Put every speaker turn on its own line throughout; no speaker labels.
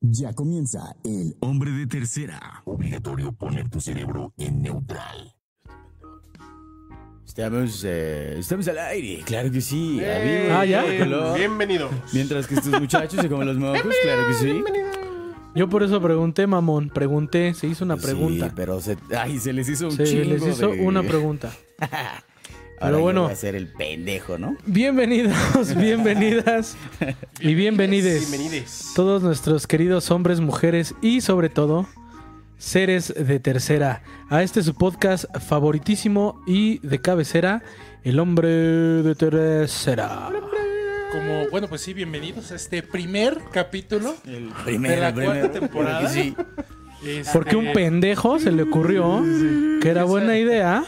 Ya comienza el hombre de tercera.
Obligatorio poner tu cerebro en neutral.
Estamos, eh, estamos al aire, claro que sí. a
¡Eh!
vivo y
Ah, ¿ya?
a color.
Bienvenido.
Mientras que estos muchachos se comen los mocos, claro que sí.
Yo por eso pregunté, mamón. Pregunté, se hizo una
Sí,
pregunta.
pero se, ay, se les hizo un
se
chingo
les hizo
de-
una pregunta.
Ahora
Pero
yo
bueno.
voy a ser el pendejo, ¿no?
Bienvenidos, bienvenidas y bienvenides. Bienvenides.
Todos
nuestros queridos hombres, mujeres y sobre todo seres de tercera a este su podcast favoritísimo y de cabecera, El hombre de tercera.
Como, bueno, pues sí, bienvenidos a este primer capítulo
Primero,
de la
primero.
cuarta temporada.
Claro que sí.
Este,
Porque un pendejo se le ocurrió que era buena idea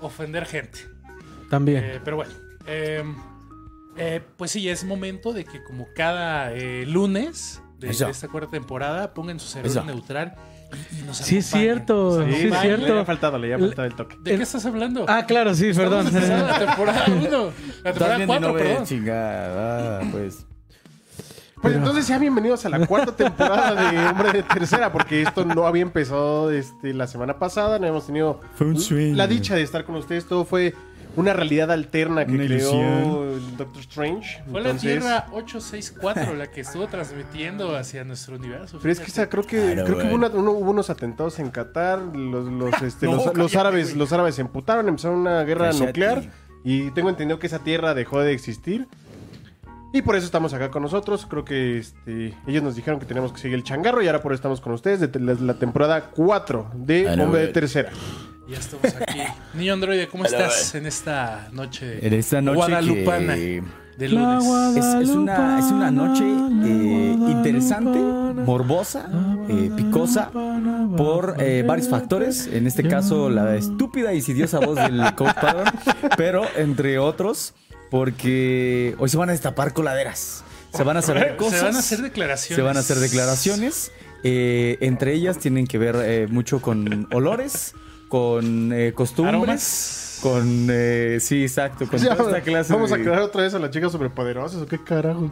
Ofender gente.
también.
Eh, pero bueno. eh, eh, pues sí, es momento de que como cada eh, lunes de,
Eso.
de esta cuarta temporada pongan su cerebro
Eso.
neutral y, y nos
Sí es
acompañen.
cierto,
Nos
sí es
acompañen.
cierto.
Le había faltado, le había faltado el toque.
¿De qué estás hablando?
Ah, claro, sí, perdón.
Estamos empezando la temporada 1. La
Estás
temporada
viendo y
4,
no ves,
perdón.
chingada. Ah, pues.
Pues entonces sean bienvenidos a la cuarta temporada de Hombre de Tercera, porque esto no había empezado este, la semana pasada, no hemos tenido
Fue un sueño.
la dicha de estar con ustedes, todo fue una realidad alterna que
Una
creó
ilusión.
el Doctor Strange.
Fue la
Entonces,
Tierra 864 la que estuvo transmitiendo hacia nuestro universo.
Pero es que esa- creo que,
Claro,
creo que
güey.
hubo, una- uno- hubo unos atentados en Qatar, los, los, este,
No,
los, los
cállate,
árabes,
güey.
los árabes se emputaron, empezaron una guerra
Cállate.
nuclear y tengo entendido que esa tierra dejó de existir. Y por eso estamos acá con nosotros. Creo que este, ellos nos dijeron que teníamos que seguir el changarro y ahora por eso estamos con ustedes de te- la, la temporada 4 de
Claro,
Hombre de
Ah, güey.
Tercera.
Ya estamos aquí. Niño Androide, ¿cómo estás en esta noche?
En esta noche.
Guadalupana
que-
de
La
lunes.
Guada-
Es, es una, es una noche
Guadalupana,
eh, interesante,
Guadalupana.
morbosa, eh, picosa, por eh, varios factores. En este caso, la estúpida y insidiosa voz del coach Padrón, pero entre otros, porque hoy se van a destapar coladeras. Se van a saber cosas.
Se van a hacer declaraciones.
Se van a hacer declaraciones. eh, entre ellas tienen que ver eh, mucho con olores, con eh, costumbres,
Aromas.
con... eh, sí, exacto, con
Ya,
toda esta clase
vamos a
de-
crear otra vez a las chicas superpoderosas o qué carajo.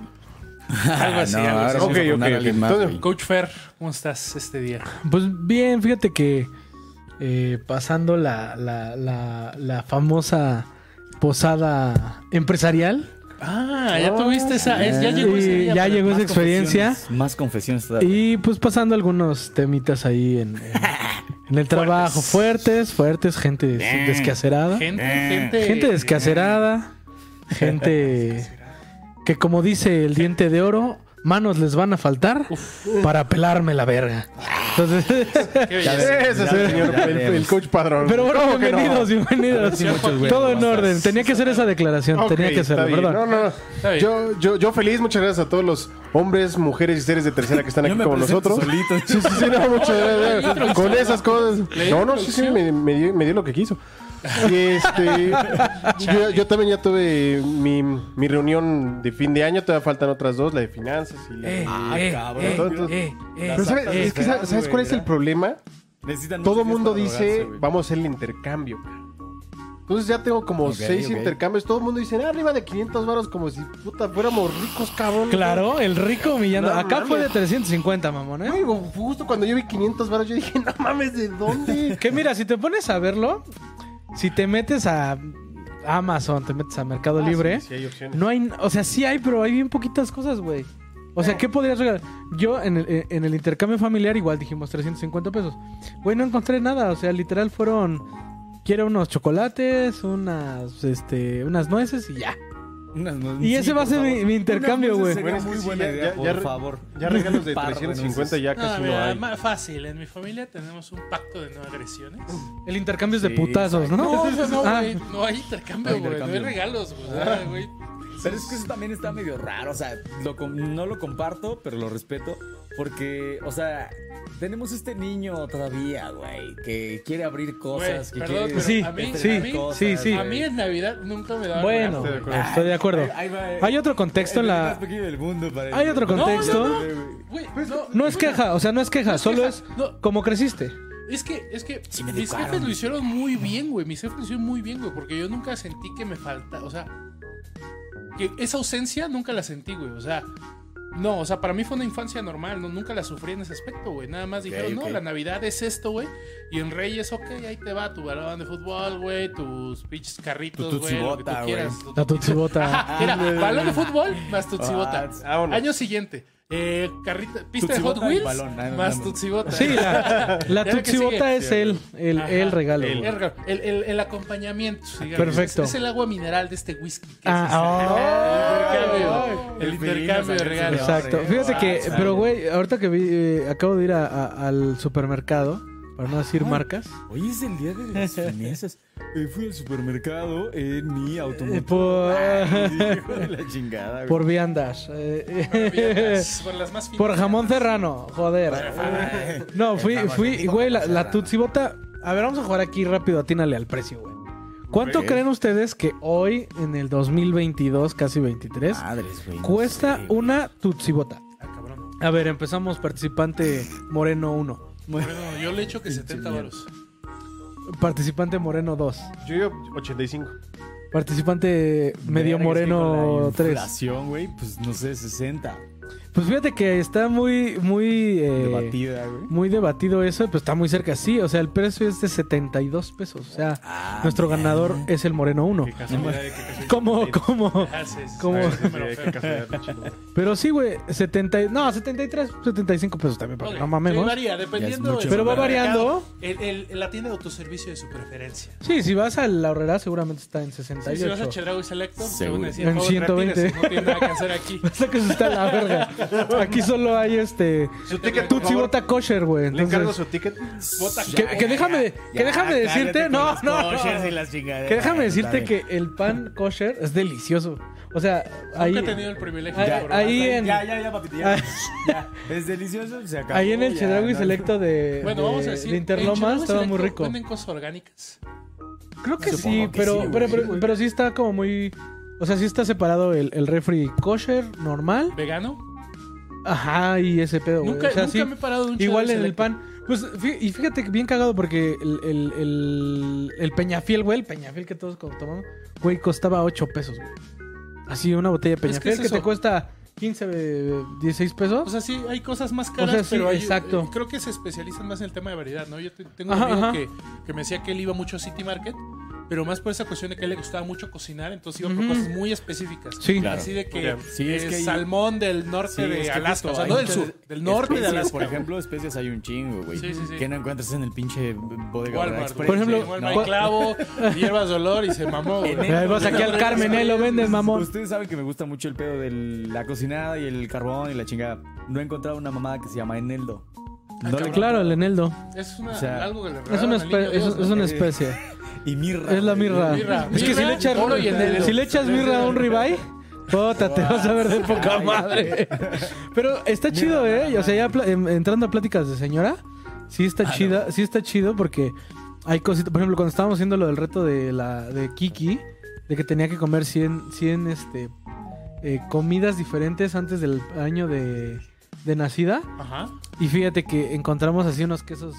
Algo así.
Ah, No,
algo así.
ahora sí
Ok,
vamos a poner
ok,
a
ok.
alguien más,
Entonces,
güey.
Coach Fer, ¿cómo estás este día?
Pues bien, fíjate que eh, pasando la, la, la, la famosa posada empresarial,
Ah, ya tuviste esa. es- ya llegó ese
Sí,
día.
ya
pero-
llegó.
Más
esa experiencia.
confesiones, Más confesiones todavía.
Y pues pasando algunos temitas ahí en, en- en el trabajo. Fuertes, fuertes, gente des- descacerada. Gente,
Gente, gente.
descacerada. Gente que como dice el diente de oro, manos les van a faltar para pelarme la verga. Entonces,
Qué belleza.
Ese es
ya vemos,
el señor,
ya
el,
vemos.
el coach padrón.
pero bueno,
¿Cómo que no?
bienvenidos, bienvenidos.
Sí, muchos güeyes,
Todo en
¿cómo
orden.
estás?
Tenía que hacer esa declaración.
Ok,
tenía que
está
hacerlo,
bien.
perdón.
No, no, no.
bien.
Yo, yo, yo feliz, muchas gracias a todos los hombres, mujeres y seres de tercera que están
Yo
aquí
me
como
presento
nosotros.
solito.
Sí, sí, sí, no, muchas gracias.
introducción.
Con esas cosas.
La
No, no, sí, sí,
introducción.
me, me dio, me dio lo que quiso. Y este. yo, yo también ya tuve mi, mi reunión de fin de año, todavía faltan otras dos, la de finanzas y la de.
eh,
cabrón.
eh,
Ah, Entonces-
eh, eh.
Pero ¿sabes,
sacas
es que,
esperando,
¿sabes ¿sabes cuál
güey,
es el
ya.
problema?
Necesitan
Todo
muchos
el mundo
días para
dice,
drogarse, güey.
vamos a hacer el intercambio. Entonces ya tengo como
Ok,
seis
ok.
intercambios. Todo el mundo dice, "Ah, arriba de 500 varos, como si puta fuéramos ricos, cabrón.
Claro, el rico humillando.
No
Acá
mames.
fue de 350, mamón, ¿eh?
Güey, güey, justo cuando yo vi 500 varos, yo dije, no mames, ¿de dónde?
Que mira, si te pones a verlo, si te metes a Amazon, te metes a Mercado Libre,
Ah, Sí, sí hay opciones.
no hay, o sea, sí hay, pero hay bien poquitas cosas, güey. O sea, ¿qué podrías regalar? Yo en el, eh, en el intercambio familiar igual dijimos 350 pesos. Güey, no encontré nada, o sea, literal fueron quiero unos chocolates, unas este, unas nueces y ya.
Unas no-
Y ese va a
por
ser mi-
favor.
mi intercambio,
Unas
güey.
sería
Bueno, es que
muy
sí,
buena
ya-
idea,
ya- ya
por
re-
favor.
Ya regalos de
Par de
350 ya
No,
casi no,
mira,
hay.
más fácil. En mi familia tenemos un pacto de no agresiones.
El intercambio es de
Sí,
putazos, ¿no?
No, no, no,
Ah,
güey. No hay intercambio,
No hay
güey. No hay
intercambio.
regalos, güey. Ah, güey.
Pero es que eso también está medio raro, o sea, lo com- no lo comparto, pero lo respeto, porque, o sea, tenemos este niño todavía, güey, que quiere abrir cosas,
Güey,
que
perdón,
quiere
pero
Sí,
a mí-
estrenar
a mí-
sí, sí.
A mí en Navidad nunca me daban
bueno, ah,
regalos, güey.
estoy de acuerdo.
Ahí va, eh,
Hay otro contexto en
el
la
más pequeño del mundo, parece.
Hay otro contexto.
No, no, no. Güey, no,
No es
güey,
queja, o sea, no es queja,
eh, No es
solo
queja.
es
No.
como creciste.
Es que, es que
Sí me
mis
educaron.
jefes lo hicieron muy bien, güey. Mis jefes lo hicieron muy bien, güey. Porque yo nunca sentí que me falta. O sea, que esa ausencia nunca la sentí, güey. O sea, no, o sea, para mí fue una infancia normal, no, nunca la sufrí en ese aspecto, güey. Nada más dijeron,
ok.
no, la Navidad es esto, güey. Y en Reyes, ok, ahí te va tu balón de fútbol, güey, tus pinches carritos,
Tu
güey, lo que
tutsibota,
tú
güey.
quieras.
La tutsibota.
Ajá, era balón de fútbol más tutsibota.
Ah, vámonos.
Año siguiente, eh, carrita, pista
Tutsibota
de Hot
y
Wheels
balón, ah, no,
más
no.
tutsibota.
Sí, la, la
Ya lo que sigue.
tutsibota es el, el,
Ajá,
el regalo.
El,
güey.
el, el- el acompañamiento. digamos.
Perfecto.
Es, es el agua mineral de este whisky. que
Ah,
es este-
ay,
el intercambio. el intercambio de regalos.
Exacto. Fíjate que,
Ah,
Exacto.
pero güey, ahorita que vi, eh, acabo de ir a- a- al supermercado, para no decir marcas,
Hoy es el día de las finanzas. Eh, fui al supermercado en mi
eh,
automóvil.
por,
Hijo de la chingada, güey.
por viandas, eh,
Maravillas, por las más finas.
por jamón serrano, joder.
Ay.
No, fui,
Jamón
fui,
serrano.
güey, la,
Jamón
la
serrano.
tutsibota. A ver, vamos a jugar aquí rápido, atínale al precio, güey. ¿Cuánto
Ok.
creen ustedes que hoy, en el 2022, casi 23,
Madres, güey. no
Cuesta
sé, güey.
una tutsibota.
Ah,
A ver, empezamos participante Moreno 1.
Bueno, yo le echo que 70 varos.
Participante Moreno 2.
Yo iba 85.
Participante
Verga,
medio
es que
Moreno
con la
3.
inflación, güey, pues no sé, 60.
Pues fíjate que está muy, muy... eh,
Debatida, güey.
Muy debatido eso, pero está muy cerca. Sí, o sea, el precio es de 72 pesos. O sea,
Ah,
nuestro ganador es el Moreno 1.
Qué casualidad. qué casualidad.
¿Cómo, cómo? ¿Cómo?
¿Cómo?
Sí, qué casualidad, pinche número.
Pero sí, güey, 70... No, 73, 75 pesos también, porque no mamemos.
varía, dependiendo.
mucho,
del
Pero va
supermercado,
variando.
El, el- la tienda de autoservicio de su preferencia.
Sí, si vas a la horrera seguramente está en
Sí,
68.
si vas a Chedrago y Selecto, te van
Seguro.
a decir,
En
"Joven,
120.
retírese, No tiene nada que hacer aquí.
Hasta que se está la verga. Aquí solo hay este.
Su ticket, por
Tutsi
favor.
bota kosher, güey.
Le encargo
Entonces.
su ticket.
Bota
Que,
eh,
que déjame, de- que déjame decirte. No, no, no. Que déjame
eh.
decirte que el pan kosher es delicioso. O sea, ahí.
Nunca he tenido el privilegio.
ahí-
de probar.
ahí en-
Ya, ya, ya, papito, ya. Ya. Es delicioso, se acabó.
Ahí en el
ya,
Chedraui
no.
Selecto de,
Bueno,
de-
vamos a decir.
eh, de Interlomas
¿en Chedraui
estaba muy
Selecto
rico.
¿Venden cosas orgánicas?
Creo que sí,
Supongo que
pero,
sí, güey.
pero,
Sí,
pero,
güey.
pero sí está como muy. O sea, sí está separado el, el refri kosher normal.
¿Vegano?
Ajá, y ese pedo, güey.
Nunca,
O sea,
nunca
sí.
me he parado de un
Igual
Chedraui
en el
Selecto.
pan. Pues, fí- y fíjate que bien cagado porque el, el, el, el Peñafiel, güey, el Peñafiel que todos co- tomamos, güey, costaba 8 pesos, güey. Así, una botella de
que es
Peñafiel que,
eso. Pues,
te cuesta 15, eh, 16 pesos.
O sea, sí, hay cosas más caras,
O sea, sí,
pero hay-
exacto.
eh, creo que se especializan más en el tema de variedad, ¿no? Yo te- tengo un
Ajá,
amigo
ajá.
Que, que me decía que él iba mucho a City Market, pero más por esa cuestión de que a él le gustaba mucho cocinar, entonces iba por
Ujú.
cosas muy específicas.
sí.
Claro.
Así de que,
Ok.
Sí, es
eh,
que hay-
salmón del norte
Sí,
de
es que
Alaska,
justo
o sea,
hay
no del
muchas
sur, del norte de
especies,
Alaska.
Por ejemplo, especies hay un chingo, güey.
Sí, sí, sí.
Que no encuentras en el pinche bodega. Horrera
Walmart,
Express,
por
ejemplo,
güey.
Walmart,
¿cuál-
hay clavo, hierbas de olor y se mamó. güey.
En el-
Ahí vas aquí al Carmen, eh, lo vendes, mamón.
Ustedes saben que me gusta mucho el pedo de la cocinada y el carbón y la chingada. No he encontrado una mamada que se llama Eneldo. No le-
Claro, el Eneldo.
Es una,
o sea,
algo que le
Es
regalaron
una,
al niño
espe- es,
Dios,
es
¿no?
una especie.
Y mirra.
Es la
güey.
mirra.
Mirra,
Es que si
mirra,
le echas,
oro y Eneldo.
si le echas mirra a un ribeye, puta, te vas a ver de poca madre. Pero está chido, ¿eh? O sea, ya pla- en- entrando a pláticas de señora, sí
Ah,
está chida, sí está chido porque hay cositas. Por ejemplo, cuando estábamos haciendo lo del reto de la de Kiki, de que tenía que comer 100, 100 este, eh, comidas diferentes antes del año de, de nacida.
Ajá.
Y fíjate que encontramos así unos quesos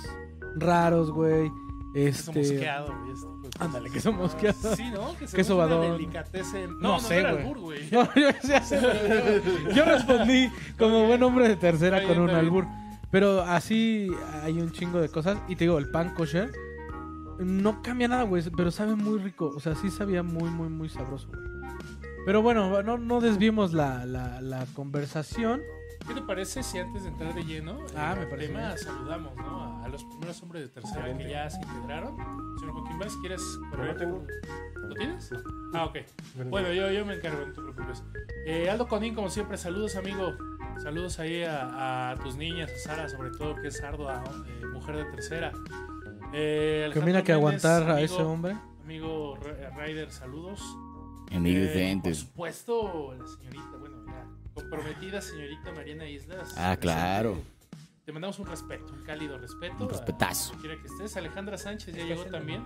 raros, güey.
Queso
Este.
mosqueado, güey, este, pues,
Ándale, queso mosqueado.
Sí, ¿no? Que se
Queso
usa una
badón.
delicatese. No,
No
no,
sé,
era
güey.
albur, güey.
No, yo, ya sé, pero yo respondí como buen hombre de tercera
Está
con
bien,
un
está bien.
albur. Pero así hay un chingo de cosas. Y te digo, el pan kosher no cambia nada, güey. Pero sabe muy rico. O sea, sí sabía muy, muy, muy sabroso, güey. Pero bueno, no, no desviemos la, la- la conversación.
¿Qué te parece si antes de entrar de lleno
Ah,
eh,
me parece
tema saludamos ¿no? a, a los primeros hombres de tercera que ya se integraron? Señor Joaquín Vázquez, ¿quieres
Pero
correr?
no tengo.
¿Lo tienes? Ah, ok. Bueno, yo, yo me encargo, no te preocupes. Eh, Aldo Conín, como siempre, saludos, amigo. Saludos ahí a, a tus niñas, a Sara, sobre todo, que es ardua eh, mujer de tercera. Eh,
Que
Alejandro
mira que
Méndez,
aguantar a
amigo-
ese hombre.
Amigo Ra- Raider, saludos.
Amigos
Eh,
de antes.
Por supuesto, la señorita, bueno, la comprometida señorita Mariana Islas.
Ah, claro.
Te mandamos un respeto, un cálido respeto.
Un
a-
respetazo.
donde Quiera que estés. Alejandra Sánchez ya llegó también.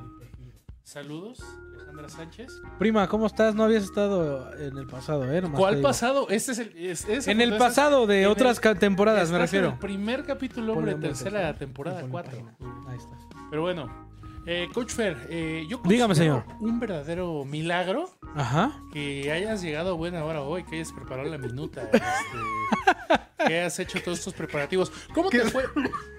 Saludos, Alejandra Sánchez.
Prima, ¿cómo estás? No habías estado en el pasado, ¿eh? Nomás te
¿Cuál
digo.
pasado? Este es el. es- es-
En el
entonces,
pasado de
en el-
otras ca- temporadas,
estás
me
en
refiero.
El primer capítulo, hombre,
Ponle
tercera de la
música.
temporada
Ponle
4.
página. Ahí está.
Pero bueno, eh, Coach Fer, eh, yo
Dígame,
considero
señor.
un verdadero milagro
Ajá.
que hayas llegado a buena hora hoy, que hayas preparado la minuta, este, que hayas hecho todos estos preparativos. ¿Cómo
Que,
te fue?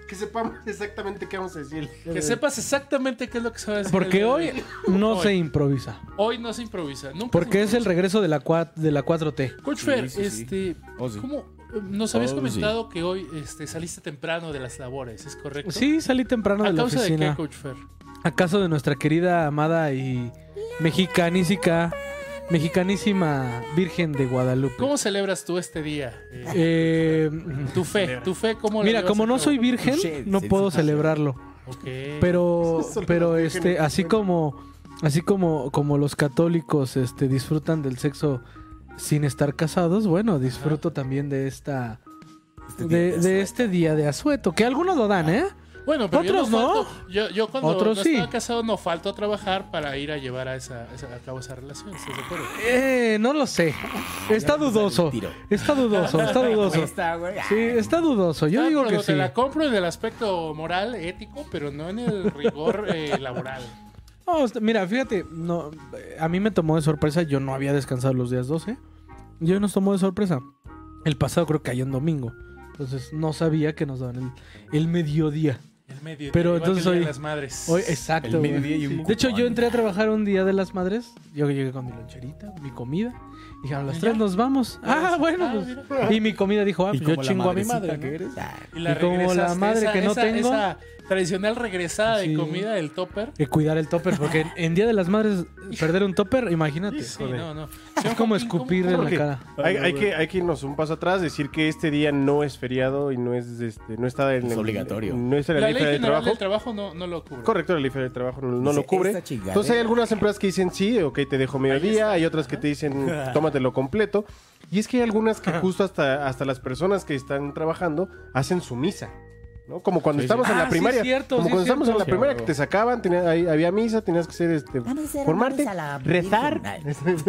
que sepamos exactamente qué vamos a decir.
Que sepas exactamente qué es lo que sabes.
Porque hoy no
Hoy.
se improvisa.
Hoy no se improvisa. Nunca
Porque
se
es el
improvisa.
regreso de la, cua- de la 4T.
Coach
Sí,
Fer,
sí, sí.
este,
Oh, sí.
¿cómo? eh, Nos habías
Oh,
comentado que hoy este, saliste temprano de las labores, ¿es correcto?
Sí, salí temprano de
¿A
la
causa de qué,
oficina.
Coach Fer?
¿Acaso de nuestra querida, amada y mexicanísica, mexicanísima Virgen de Guadalupe?
¿Cómo celebras tú este día? Eh,
Eh,
tu fe, tu fe, ¿cómo la
mira,
llevas
como
a
no
cabo?
soy virgen,
Shit,
no
sí,
puedo
sí, sí.
celebrarlo.
Ok.
Pero,
Solo
pero
los
este,
vírgenes
así
pueden.
como, así como, como los católicos este, disfrutan del sexo sin estar casados, bueno, disfruto también de esta,
Este día
de,
ya
de
está.
este día de asueto, que algunos lo dan, ¿eh?
Bueno, pero
Otros
yo
no.
falto- yo, yo cuando
Otros
no
sí.
estaba casado no falto a trabajar para ir a llevar a, esa, esa- a cabo esa relación, ¿estás de acuerdo?
Eh, no lo sé. Está dudoso.
tiro.
Está dudoso, está dudoso.
Cuesta, güey.
Sí, está dudoso. Yo
Ah,
digo
pero
que
te
sí.
la compro en el aspecto moral, ético, pero no en el rigor eh, laboral.
No, est- mira, fíjate, no, eh, a mí me tomó de sorpresa. Yo no había descansado los días 12. Yo nos tomó de sorpresa. El pasado creo que cayó en domingo. Entonces no sabía que nos daban el, el mediodía.
El medio.
Pero
igual que el
entonces
Día de
hoy-
las madres.
Hoy, exacto.
El
güey.
mediodía y un
De hecho,
cupón.
yo entré a trabajar un día de las madres. Yo llegué con mi loncherita, mi comida. Dije, a las
¿Ya?
tres nos vamos. Ah, bueno.
Ah,
pues. Y mi comida dijo, ah,
Y
pues yo
como la
chingo a mi
madrecita
madre.
que
¿no?
eres. Ah,
Y la
y como la
regresaste,
madre
esa-
que no
esa-
tengo.
Esa tradicional regresada de
Sí.
comida del topper.
Que cuidar el topper, porque en, en Día de las Madres perder un topper, imagínate.
Sí, no, no.
Es como escupir en la
Porque
cara.
Hay, hay que, hay que irnos un paso atrás, decir que este día no es feriado y no es este, no está en
Es
el-
obligatorio.
No está en
La
la, ley
ley
federal
general
del trabajo.
del trabajo no, no lo cubre.
Correcto, la ley federal del trabajo no, no
Dice,
lo cubre.
"Esta chingadera".
Entonces hay algunas empresas que dicen sí, ok, te dejo mediodía, hay otras que te dicen tómatelo completo. Y es que hay algunas que justo hasta, hasta las personas que están trabajando hacen su misa. ¿no? Como cuando
Sí, sí.
estamos en
Ah,
la
sí,
primaria.
cierto,
como
sí,
cuando estamos en la
cierto.
primaria
Sí,
que
huevo.
te sacaban, tenía- ahí había misa, tenías que ser este
Dame cero
formarte,
dólares a la
rezar.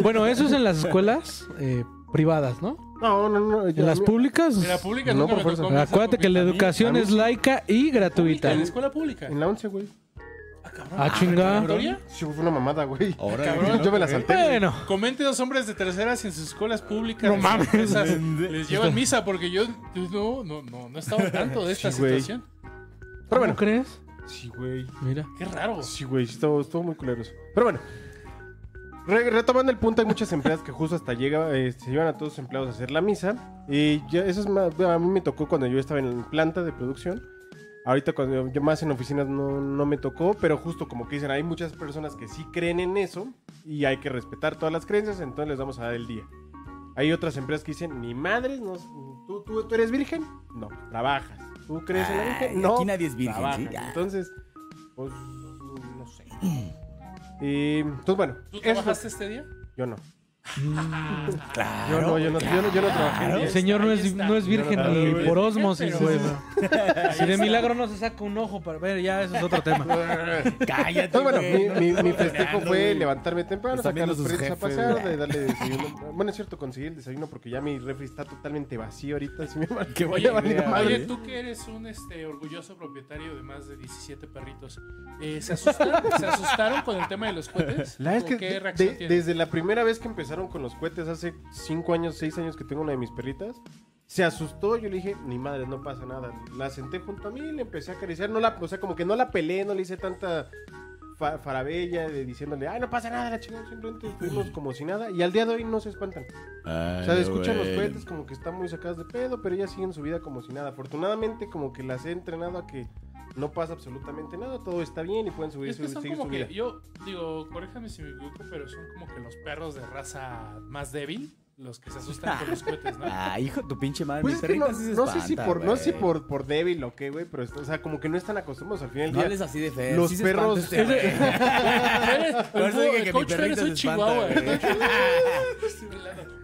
Bueno, eso es en las escuelas eh, privadas, ¿no?
No, no, no. yo-
En las públicas.
En la pública
No,
nunca
por
me
fuerza.
tocó misa
Acuérdate que la
completa.
educación
a mí
es
sí.
laica y
Pública,
gratuita.
En la escuela pública.
En la once, güey.
Ah, chinga.
¿Victoria?
Sí, fue una mamada, güey.
Órale,
Cabrón,
¿no?
yo me la salté. güey.
Bueno,
Comente dos hombres de tercera si en sus escuelas públicas.
No
les-
mames.
esas- les llevan misa porque yo yo no, no, no, no estaba al tanto de esta
Sí, güey.
situación.
Pero
¿cómo
bueno.
crees?
Sí, güey.
Mira.
Qué raro.
Sí, güey. sí, Estuvo, estuvo muy culero eso. Pero bueno. Re- retomando el punto, hay muchas empresas que justo hasta llega, eh, se llevan a todos los empleados a hacer la misa. Y ya, eso es más, a mí me tocó cuando yo estaba en planta de producción. Ahorita cuando yo más en oficinas no, no me tocó, pero justo como que dicen, hay muchas personas que sí creen en eso y hay que respetar todas las creencias, entonces les vamos a dar el día. Hay otras empresas que dicen, ni madres, no, ¿tú, tú, tú eres virgen? No, trabajas. ¿Tú crees en la
Ay,
virgen? No,
Aquí nadie es virgen,
trabajan.
¿sí? Ah,
Entonces, pues, no sé. Y, entonces, bueno,
¿Tú
eso-
trabajaste este día?
yo no.
Claro.
Yo no, yo no, yo no, yo no trabajé.
El señor no es, no es virgen
Ahí está,
ni
güey.
por osmosis,
Pero-
güey. Si de milagro no se saca un ojo para ver, ya eso es otro tema.
Cállate,
Entonces,
güey.
bueno, mi, mi- mi festejo fue levantarme temprano,
Están
sacar
viendo
los
sus
perritos a
Pues jefes,
pasear,
güey.
de darle desayuno. Bueno, es cierto, conseguí el desayuno porque ya mi refri está totalmente vacío ahorita. Así me
Qué
Oye,
buena
valiendo
idea,
madre.
oye, tú que eres un este, orgulloso propietario de más de 17 perritos, eh, ¿se, asustaron, se asustaron con el tema de los cohetes?
La es
¿O
que
¿Qué
de-
reacción
de-
tienen?
desde la primera vez que empezaron con los cohetes, hace 5 años, 6 años que tengo una de mis perritas, se asustó. Yo le dije, ni madre, no pasa nada. La senté junto a mí, le empecé a acariciar. No la, o sea, como que no la peleé, no le hice tanta fa- farabella de diciéndole, ay, no pasa nada, la chingada. Simplemente estuvimos como si nada. Y al día de hoy no se espantan. O sea,
Ay,
escuchan los
güey.
cohetes como que están muy sacadas de pedo, pero ellas siguen su vida como si nada. Afortunadamente, como que las he entrenado a que no pasa absolutamente nada, todo está bien y pueden subir
Es
su,
que son
seguir su
como
vida.
que, yo digo, corríjame si me equivoco, pero son como que los perros de raza más débil los que se asustan con los cohetes, ¿no?
Ah, hijo, de tu pinche madre.
Pues
mi
es que no,
perrita sí se
no sé si
espanta,
por, no sé si
güey.
por, por débil o qué, güey, pero esto- o sea, como que no están acostumbrados al final
No
del
hables
día.
así de feo.
Los
sí se
perros-
espanta este güey. Por eso dije
el
que mi
coach Fer es
perrito
un
se espanta,
chihuahua. ¿eh?
güey.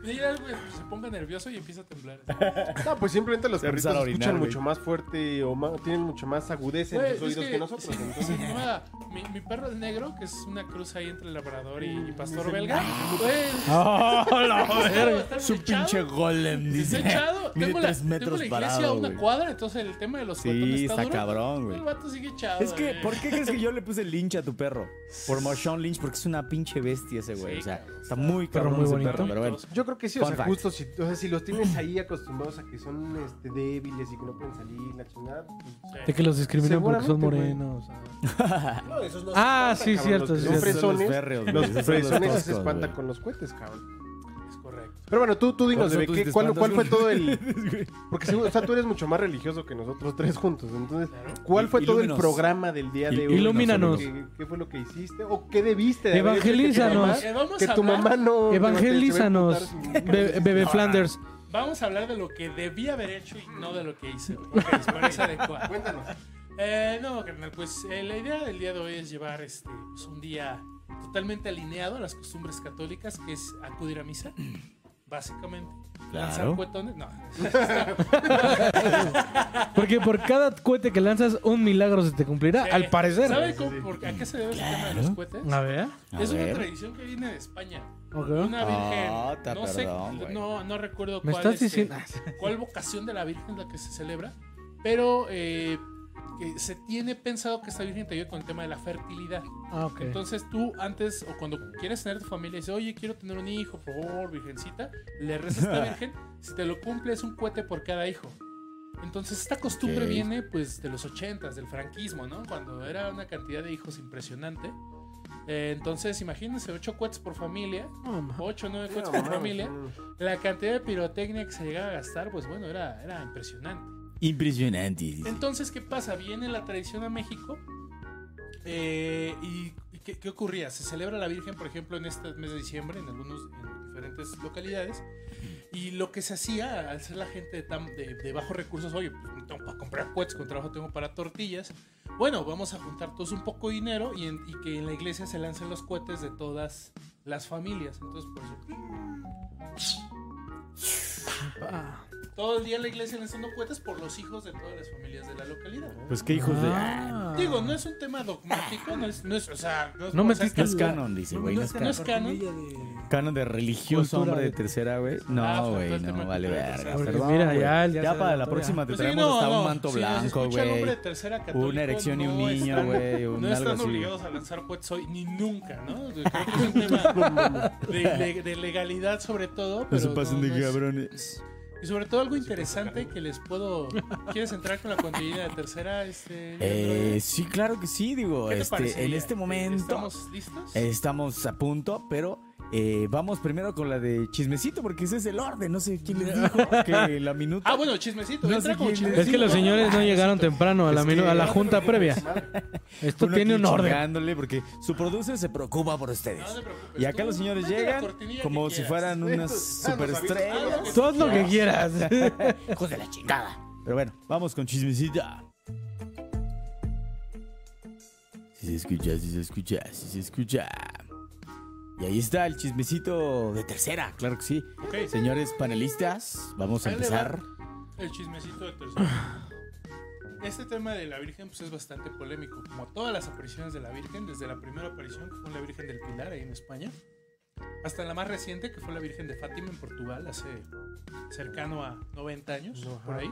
Mira, güey, pues, se ponga nervioso y empieza a temblar.
No, pues simplemente los
Se empiezan
perritos
a orinar,
escuchan
güey.
mucho más fuerte o ma- tienen mucho más agudeza en
Güey,
sus oídos
es
que, nosotros.
sí,
entonces,
sí, nada, mi, mi perro es negro, que es una cruz ahí entre labrador y, y pastor belga. Güey, echado, está
¡Oh, Su
flechado.
pinche golem, dice.
Está echado.
Mide
Tengo la,
tres
tengo
metros
la iglesia a
parado,
una
güey.
cuadra, entonces el tema de los
Sí,
cuetones
está
duro.
cabrón, güey.
El vato sigue echado.
Es que,
güey.
¿por qué crees que yo le puse Lynch a tu perro? Por Marshawn Lynch, porque es una pinche bestia ese güey.
Sí,
o sea,
cabrón.
está muy
Perro
cabrón
muy
ese
bonito.
perro, pero bueno.
Yo creo que sí, o
Fun
sea,
fact.
justo si, o sea, si los tienes ahí acostumbrados a que son este, débiles y que no pueden salir, la chingada. pues,
Sí.
De que los discriminan porque son
Seguramente, güey.
morenos.
No, esos no
Ah,
se
sí,
espantan, cabrón.
cierto,
Los,
sí,
los
cierto.
fresones,
berreos, güey. Esos son
los fresones se
toscos,
espantan
güey.
con los cohetes, cabrón.
Es correcto.
Pero bueno, tú, tú dinos,
Por eso
de
tú
qué-
te
cuál,
espantas
cuál fue
con-
todo el...? Porque, seguro- o sea, tú eres mucho más religioso que nosotros tres juntos. Entonces,
Claro.
¿cuál fue todo el
Ilúminos.
programa del día de
Il-
hoy?
ilúminanos.
¿Qué, qué fue lo que hiciste? ¿O qué debiste de haber hecho
Evangelízanos.
Que tu
Eh,
mamá,
vamos
que
a
tu
hablar-
mamá no...
Evangelízanos, Be- bebé Flanders.
Vamos a hablar de lo que debí haber hecho y no de lo que hice. güey, porque les parece adecuado.
Cuéntanos.
Eh, no, carnal, pues eh, la idea del día de hoy es llevar este, pues, un día totalmente alineado a las costumbres católicas, que es acudir a misa, básicamente. Lanzar
Claro.
cuetones, no.
Porque por cada cohete que lanzas, un milagro se te cumplirá,
Eh,
al parecer.
¿Sabe cómo- por- a qué se debe ese tema de los cohetes?
A ver.
A
es una
ver.
tradición que viene de España.
Ok.
Una virgen.
Ah, ta
no, sé,
perdón, güey.
no, no recuerdo
Me
cuál,
estás
este,
diciendo. Ah,
cuál vocación de la virgen es la que se celebra, pero eh, que se tiene pensado que esta virgen te ayude con el tema de la fertilidad.
Ah, ok.
Entonces tú antes o cuando quieres tener tu familia dices, oye, quiero tener un hijo, por favor, virgencita, le rezas a esta virgen, si te lo cumple es un cohete por cada hijo. Entonces esta costumbre
Ok.
viene pues de los ochentas, del franquismo, ¿no? Cuando era una cantidad de hijos impresionante. Eh, entonces imagínense, ocho cohetes por familia,
No, ma.
ocho o nueve cohetes por
¿eh?
familia. La cantidad de pirotecnia que se llegaba a gastar, pues bueno, era, era impresionante.
Impresionante. dice.
Entonces, ¿qué pasa? Viene la tradición a México. eh, ¿Y qué, qué ocurría? Se celebra la Virgen, por ejemplo, en este mes de diciembre, en algunos en diferentes localidades. Y lo que se hacía al ser la gente de, tan- de- de bajos recursos, oye, pues no tengo para comprar cohetes, con trabajo tengo para tortillas. Bueno, vamos a juntar todos un poco de dinero y, en- y que en la iglesia se lancen los cohetes de todas las familias. Entonces, por eso,
Ah.
todo el día en la iglesia lanzando cohetes por los hijos de todas las familias de la localidad.
Pues qué hijos
ah,
de.
Ah.
Digo, no es un tema dogmático, no es, no es o sea, no es,
No
o sea,
metiste
No
es-
es canon, dice, güey. No es
no
canon.
es canon.
Canon de religioso
Cultura
hombre de
de-
tercera, güey.
Ah,
No,
faltó
güey,
el tema
no, vale
cultura de
verga.
tercera.
Porque
perdón,
mira,
güey.
ya- ya se
para la
notó,
próxima te
Pues sí,
traemos
no,
hasta
no,
un manto
si nos
blanco,
escucha el
güey.
hombre de tercera católico,
Una erección y un
no
niño,
están-
güey, un
No
algo
están
así.
obligados a lanzar cohetes hoy, ni nunca, ¿no? Creo que es un tema de, de- de legalidad sobre todo.
No
pero
se pasen
no
de
es-
cabrones.
Y sobre todo algo interesante que les puedo... ¿Quieres entrar con la continuidad de tercera? Este,
Eh, sí, claro que sí, digo.
¿Qué te
Este, en
parecería?
este momento
¿Estamos listos?
estamos a punto, pero eh, vamos primero con la de chismecito, porque ese es el orden. No sé quién les dijo que la minuta.
Ah, bueno, chismecito.
No
entra
sé
como
quién-
chismecito.
Es que los señores no llegaron temprano a la,
Es que-
minu- a la junta previa. Esto
Uno
tiene
aquí
un orden.
chingándole, porque su producer se preocupa por ustedes.
No te preocupes,
y acá
tú
los señores
mete la
llegan
cortinilla
como
que
si
quieras.
fueran unas
Ah, nos avisas.
superestrellas.
Ah,
Tú haz lo que quieras.
Hijos de la chingada. Pero bueno, vamos con chismecita. Si se escucha, si se escucha, si se escucha. Y ahí está el chismecito de tercera, claro que sí.
Ok,
Señores panelistas, vamos a
Ahí le
empezar.
el chismecito de tercera. Este tema de la Virgen pues, es bastante polémico, como todas las apariciones de la Virgen, desde la primera aparición que fue la Virgen del Pilar ahí en España, hasta la más reciente que fue la Virgen de Fátima en Portugal hace cercano a 90 años, por ahí.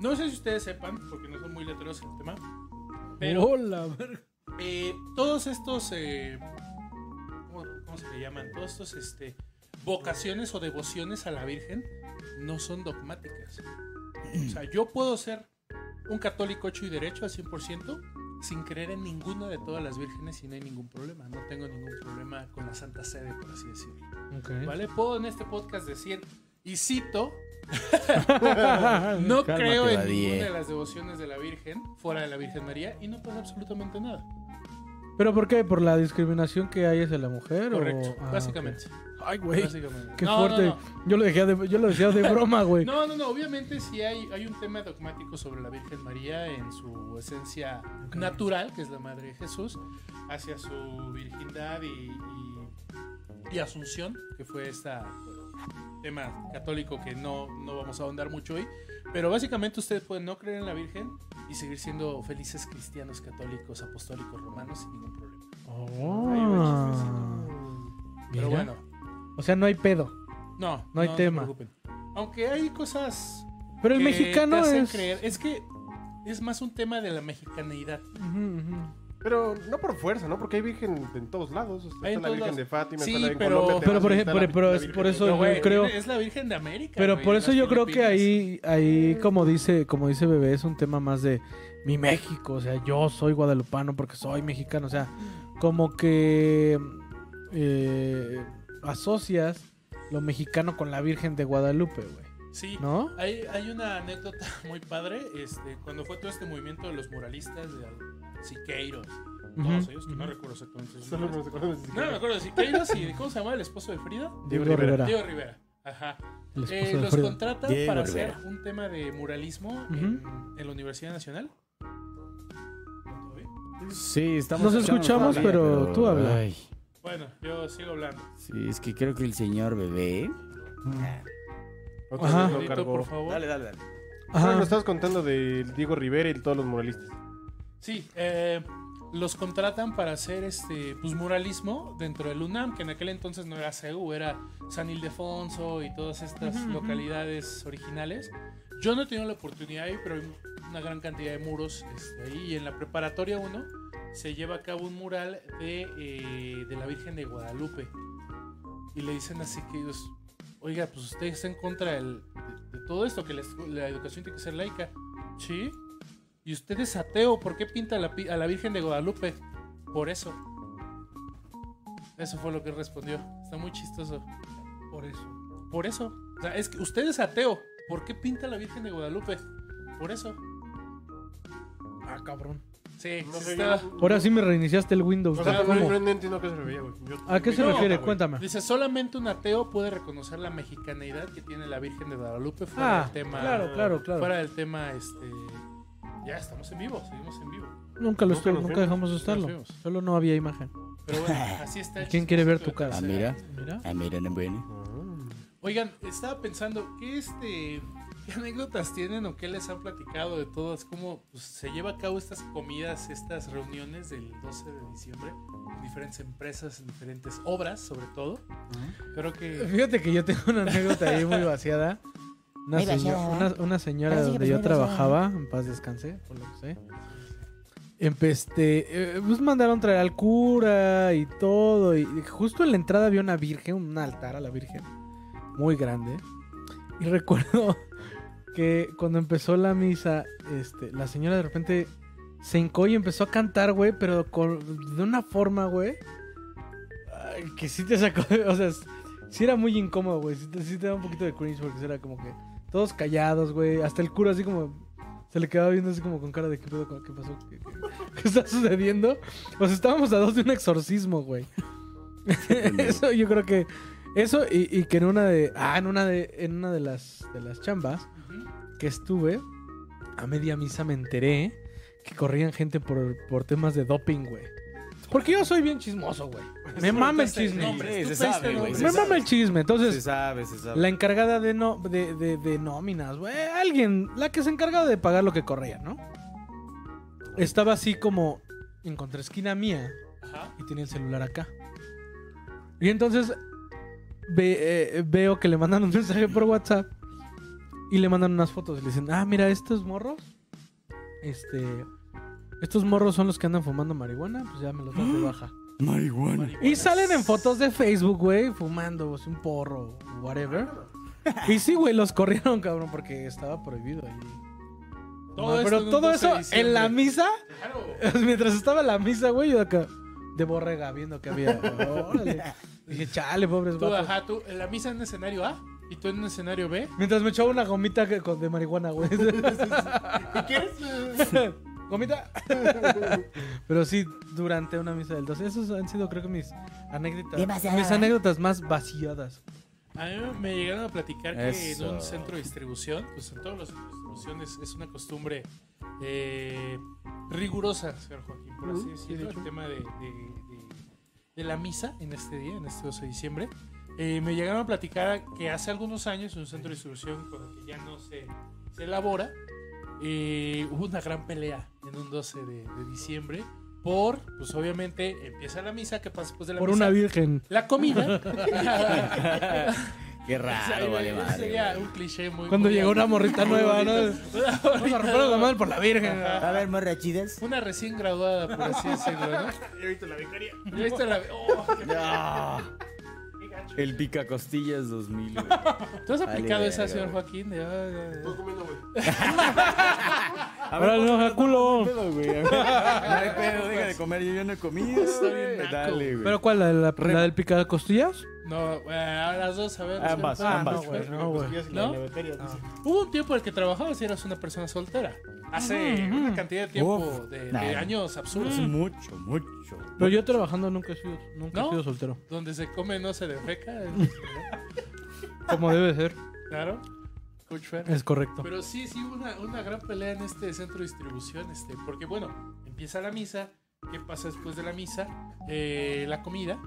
No sé si ustedes sepan, porque no son muy letreros en el tema, pero
Hola, verga.
eh, todos estos eh, ¿cómo, cómo se le llaman? Todos estos este, vocaciones o devociones a la Virgen no son dogmáticas. O sea, yo puedo ser un católico hecho y derecho al 100% sin creer en ninguna de todas las vírgenes y no hay ningún problema. No tengo ningún problema con la Santa Sede, por así decirlo. ¿Vale? Puedo en este podcast decir, y cito, no
Cálmate,
creo en
Badie.
ninguna de las devociones de la Virgen, fuera de la Virgen María, y no pasa absolutamente nada.
¿Pero por qué? ¿Por la discriminación que hay hacia la mujer? o-
Correcto,
Ah,
básicamente.
ok. Ay, güey.
Básicamente.
Qué
No,
fuerte.
No
Yo, lo dejé de, yo lo decía de broma, güey.
no. no, no, no, obviamente sí hay, hay un tema dogmático sobre la Virgen María en su esencia natural, que es la Madre de Jesús, hacia su virgindad y, y- y Asunción, que fue este tema católico que no, no vamos a ahondar mucho hoy. Pero básicamente ustedes pueden no creer en la Virgen y seguir siendo felices cristianos, católicos, apostólicos, romanos sin ningún problema.
Oh.
Ahí va el chismecito. Pero
Mira.
bueno,
O sea, no hay pedo.
No,
No hay
se
tema.
preocupen. Aunque hay cosas
Pero el
que
mexicano
te hacen
es.
creer. Es que es más un tema de la mexicanidad.
Ujú, ujú.
Pero no por fuerza, ¿no? Porque hay virgen en todos lados. O sea,
Hay en
está la
todos
Virgen
lados.
de Fátima,
Sí,
está la en
pero-
Colombia, te
pero
vas
por
y está
ejemplo-
la-
por-
la
por
Virgen
eso
de-
yo
güey,
creo-
Es la Virgen de América.
Pero
güey,
por
en
eso
las
yo creo que
Filipinas.
ahí, ahí como dice, como dice Bebé, es un tema más de mi México, o sea, yo soy guadalupano porque soy mexicano, o sea, como que eh, asocias lo mexicano con la Virgen de Guadalupe, güey,
Sí.
¿no?
Hay, hay una anécdota muy padre. Este, cuando fue todo este movimiento de los muralistas, de al- Siqueiros, todos
Ujú,
ellos, que
ujú.
no recuerdo exactamente. sus
Solo
nombres.
nos acordamos de-
No, no me acuerdo de Siqueiros y de cómo se llamaba el esposo de Frida.
Diego
Diego Rivera.
Rivera,
Diego Rivera. Ajá.
el esposo
Eh,
de
los
Frida.
contratan
Diego
para
Rivera.
hacer un tema de muralismo en, en la Universidad Nacional. ¿Todo bien?
Sí, estamos.
Nos escuchamos,
todavía,
pero tú habla.
Ay,
Bueno, yo sigo hablando.
sí, es que creo que el señor bebé.
Otra
Ajá.
vez lo
Edito,
cargó.
por favor.
dale, dale.
Ah,
Ajá.
Nos estabas contando de Diego Rivera y de todos los muralistas.
Sí, eh, los contratan para hacer este pues, muralismo dentro del UNAM, que en aquel entonces no era CEU, era San Ildefonso y todas estas localidades originales. Yo no he tenido la oportunidad ahí, pero hay una gran cantidad de muros este, ahí. Y en la preparatoria 1 se lleva a cabo un mural de, eh, de la Virgen de Guadalupe. Y le dicen así que ellos, oiga, pues usted está en contra del- de, de todo esto, que la, escu- la educación tiene que ser laica. Sí, y usted es ateo, ¿por qué pinta a la, pi- a la Virgen de Guadalupe? Por eso. Eso fue lo que respondió. Está muy chistoso. Por eso. Por eso. O sea, es que usted es ateo. ¿Por qué pinta a la Virgen de Guadalupe? Por eso.
Ah, cabrón.
Sí,
No
sí
sé,
está-
yo-
Ahora sí me reiniciaste el Windows.
O sea, no,
¿cómo?
no- no entiendo a qué se refería, güey. Yo-
¿A qué se
No,
refiere?
güey.
Cuéntame.
Dice, solamente un ateo puede reconocer la mexicaneidad que tiene la Virgen de Guadalupe fuera
Ah,
del tema.
claro, claro, claro.
Fuera del tema, este. Ya estamos en vivo, seguimos en vivo.
Nunca lo estuvo,
Nunca nos
nunca
vimos,
dejamos de
nos
estarlo.
vimos.
Solo no había imagen.
Pero bueno, así está. el
¿Quién quiere ver tu
chismecito de
cara?
Ah,
tercera.
mira.
Mira.
Ah, mira, no bueno.
Ah.
Oigan, estaba pensando, ¿qué, este, ¿qué anécdotas tienen o qué les han platicado de todas? ¿Cómo pues, se lleva a cabo estas comidas, estas reuniones del 12 de diciembre? En diferentes empresas, en diferentes obras, sobre todo. Creo que...
Fíjate que yo tengo una anécdota ahí muy vaciada. Una,
Muy
seño-
vaciada,
una- una señora
Ahora sí que
donde
pues
yo
muy vaciada.
trabajaba, en paz descansé, por lo que sé. Empe- este, eh, pues mandaron traer al cura y todo. Y justo en la entrada había una virgen, un altar a la virgen. Muy grande. Y recuerdo que cuando empezó la misa, este, la señora de repente se hincó y empezó a cantar, güey, pero con- de una forma, güey, ay, que sí te sacó, de- o sea, s- sí era muy incómodo, güey, sí te, sí te da un poquito de cringe porque era como que todos callados, güey, hasta el cura así como se le quedaba viendo así como con cara de qué pedo, qué pasó, qué, qué- qué está sucediendo. O sea, estábamos a dos de un exorcismo, güey. eso yo creo que eso y, y que en una de ah, en una de en una de las de las chambas que estuve, a media misa me enteré que corrían gente por, por temas de doping, güey. Porque yo soy bien chismoso, güey. Me mama el chisme.
Nombres, tú
se sabe,
pediste
güey,
nombres.
se
Me mama el chisme.
Se
Entonces,
sabe, se sabe.
la encargada de, no, de, de- de nóminas, güey. Alguien, la que se encargaba de pagar lo que corría, ¿no? Estaba así como, encontré esquina mía
Ajá.
y tenía el celular acá. Y entonces ve- eh, veo que le mandan un mensaje por WhatsApp y le mandan unas fotos. Le dicen, ah, mira, estos morros, este, estos morros son los que andan fumando marihuana, pues ya me los das de baja.
Marihuana.
Y salen en fotos de Facebook, güey, fumando o sea, un porro, whatever. Y sí, güey, los corrieron, cabrón, porque estaba prohibido ahí.
Todo
Ah,
esto
pero
en un 12
todo
de
eso en la
diciembre.
misa.
Claro.
Mientras estaba la misa, güey, yo acá de borrega viendo que había. Órale. Dije, chale, pobres
Tú,
vatos.
ajá, tú, la misa en un escenario A y tú en un escenario B.
Mientras me echaba una gomita que- con- de marihuana, güey.
¿Quieres?
¿Gomita? Pero sí, durante una misa del 12. Esos han sido, creo que, mis anécdotas.
Demasiado.
Mis anécdotas más vaciadas.
A mí me llegaron a platicar que
Eso.
en un centro de distribución, pues en todos los centros de distribución es, es una costumbre eh, rigurosa, señor Joaquín, por así decirlo, el tema de, de- de- de la misa en este día, en este 12 de diciembre. Eh, me llegaron a platicar que hace algunos años en un centro de distribución con el que ya no se, se elabora, eh, hubo una gran pelea en un 12 de, de diciembre por, pues obviamente empieza la misa, ¿qué pasa después de la
Por
misa?
una virgen.
La comida.
Qué raro, vale,
Ese
madre.
sería un cliché muy.
Cuando
muy
llegó una morrita nueva, ¿no?
Una
Vamos a romper la madre por la virgen.
A ver, morra chidas.
Una recién graduada, por así decirlo, ¿no? Yo he visto la vicaría. Yo he visto la. ¡Oh! qué-
El picacostillas 2000. güey.
¿Tú has aplicado
Vale,
esa,
verga,
señor
güey.
Joaquín? De, "Ay, ay,
Ahora no, al culo.
pedo, güey. No hay pedo, deja de
pues.
comer. Yo ya no he comido. güey.
naco.
Dale, güey.
¿Pero cuál? ¿La, la, la del picado de costillas?
ay". No, eh, a las dos, a ver.
Ambas,
Ah, no,
ambas.
güey.
No, güey.
¿No? Hubo un tiempo en el que trabajabas y eras una persona soltera. Hace una cantidad de tiempo,
Uf,
de, de
nah.
años absurdos.
Mm.
Mucho, mucho.
Pero yo trabajando nunca he sido, nunca
¿No?
he sido soltero.
Donde se come no se defeca. eh,
Como debe ser.
claro. eh. Coach Fer.
Es correcto.
Pero sí, sí, hubo una, una gran pelea en este centro de distribución, este, porque bueno, empieza la misa, ¿qué pasa después de la misa? Eh, la comida,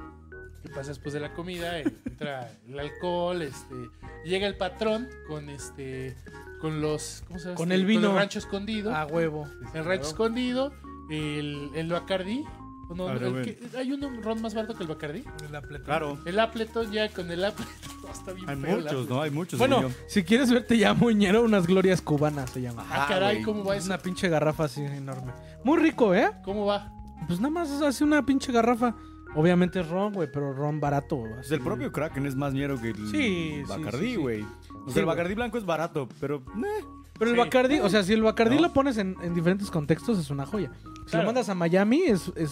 ¿qué pasa después de la comida? Eh, Entra el alcohol, este, llega el patrón con este, con los, ¿cómo se llama?
Con
este?
el vino. Ah,
el rancho escondido,
A huevo.
el rancho escondido, el, el Bacardí, ¿o no?
Ah,
El
bueno.
que- hay un ron más barato que el Bacardí,
Ah,
Claro.
el Apleton ya con el Apleton, está bien
Hay
feo el
muchos,
Appleton.
¿no? Hay muchos.
Bueno,
según yo.
si quieres verte ya muñero, unas glorias cubanas se llama.
Ah, caray, ¿cómo va
Es
eso?
una pinche garrafa así enorme. Muy rico, ¿eh?
¿Cómo va?
Pues nada más hace una pinche garrafa. Obviamente es ron, güey, pero ron barato.
Pues
así.
el propio Kraken es más ñero que el
Sí, sí, sí,
Bacardí,
sí.
güey. O sea,
Sí,
el
güey.
Bacardí blanco es barato, pero... eh.
Pero el
Sí.
Bacardi, o sea, si el Bacardi
No.
lo pones en, en diferentes contextos, es una joya. Si
Claro.
lo mandas a Miami, es, es,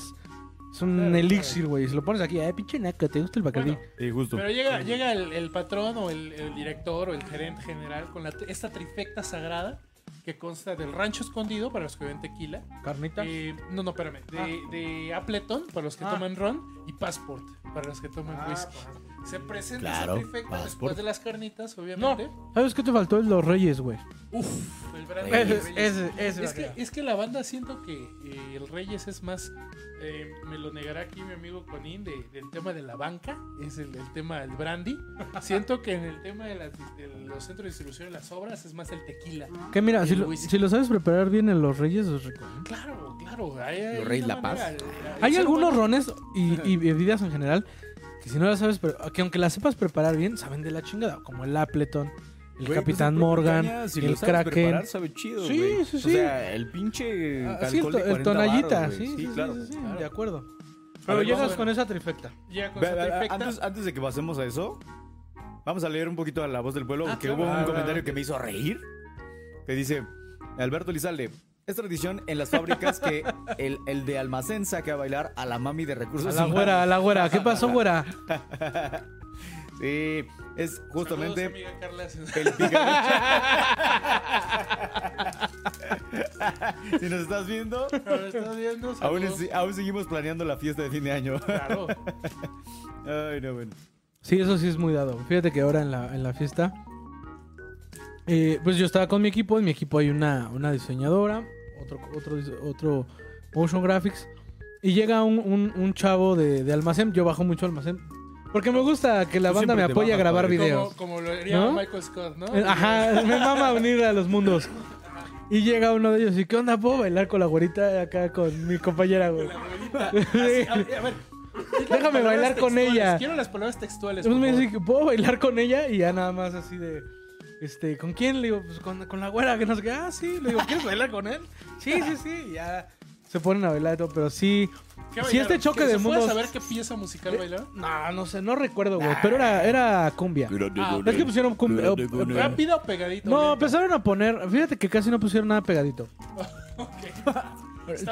es un
Claro,
elixir, güey. Si lo pones aquí, ay, pinche naca, ¿te gusta el Bacardi?
Bueno,
Sí, eh, justo.
Pero llega, llega el, el patrón o el, el director o el gerente general con la, esta trifecta sagrada que consta del rancho escondido para los que ven tequila.
Carnita.
eh, no, no, espérame. De, de Appleton para los que
Ah.
toman ron y Passport para los que toman whisky. Se presenta
Claro,
esa trifecta
Passport.
después de las carnitas,
No,
obviamente.
¿sabes qué te faltó? El Los Reyes, güey.
Uf, el brand
Ese,
de Reyes.
ese.
Es que, es que la banda siento que eh, el Reyes es más. eh, me lo negará aquí mi amigo Conin de- del tema de la banca. Es el, el tema del brandy. siento que en el tema de, las- de los centros de distribución de las obras es más el tequila.
Que mira,
El
si lo,
whisky.
si lo sabes preparar bien en Los Reyes, es rico. ¿eh?
Claro, claro. Hay, hay
Los Reyes
una
La Paz.
manera, el- el
Hay
ser
algunos
humano-
rones y, y bebidas en general que si no las sabes, pero que aunque las sepas preparar bien, saben de la chingada. Como el Appleton, el
Güey,
Capitán
pues,
Morgan,
caña, si lo
el
sabes
Kraken.
preparar, sabe chido,
Sí,
güey.
sí,
O
sí.
sea, el pinche
Ah,
alcohol
sí, el, to-
de
el
40
tonallita,
baros,
sí,
güey.
sí, sí,
claro.
sí, sí,
claro.
de acuerdo. Pero
ver,
llegas
vamos a ver.
con esa trifecta.
Ya con
Ve-
su
ve-
trifecta.
antes, antes de que pasemos a eso, vamos a leer un poquito a La Voz del Pueblo,
Ah,
porque
claro.
hubo
Ah,
un
claro.
comentario que me hizo reír, que dice, Alberto Lizalde, es tradición en las fábricas que el, el de almacén saque a bailar a la mami de
A
recursos
la güera, a la güera. ¿Qué pasó, güera?
Sí, es justamente...
Saludos, amiga Carla.
El Pikachu. si nos estás viendo,
¿Estás viendo?
aún,
Saludos.
es- aún seguimos planeando la fiesta de fin de año.
Claro.
Ay, no, bueno.
Sí, eso sí es muy dado. Fíjate que ahora en la, en la fiesta, eh, pues yo estaba con mi equipo. En mi equipo hay una, una diseñadora, otro, otro, dise- otro motion graphics. Y llega un, un- un chavo de, de almacén. Yo bajo mucho almacén. Porque me gusta que la
Tú
banda
siempre te
me apoye a
bajas,
grabar
padre.
videos.
Como, como lo haría
¿No? Eh, ah.
Michael Scott, ¿no?
Ajá, me mama unir a los mundos. Y llega uno de ellos y, ¿qué onda? ¿Puedo bailar con la güerita acá con mi compañera, güey?
A ver, a ver.
Déjame bailar con
Palabras textuales.
ella.
Quiero las palabras textuales.
Entonces me
por
dice que puedo bailar con ella y ya nada más así de, este, ¿con quién? Le digo, pues con, con la güera que nos queda, ah, sí. Le digo, ¿quieres bailar con él? Sí, sí, sí. Y ya se ponen a bailar y todo, pero sí.
¿Qué
Si este
bailaron?
choque
¿Se
de
puede
mundos. Eh,
saber qué pieza musical bailaron?
No, no sé, no recuerdo, güey. Pero era, era cumbia.
Ah,
Es que pusieron cumbia.
eh,
¿Rápido o pegadito?
No, pues,
Lento.
empezaron a poner. Fíjate que casi no pusieron nada pegadito.
Está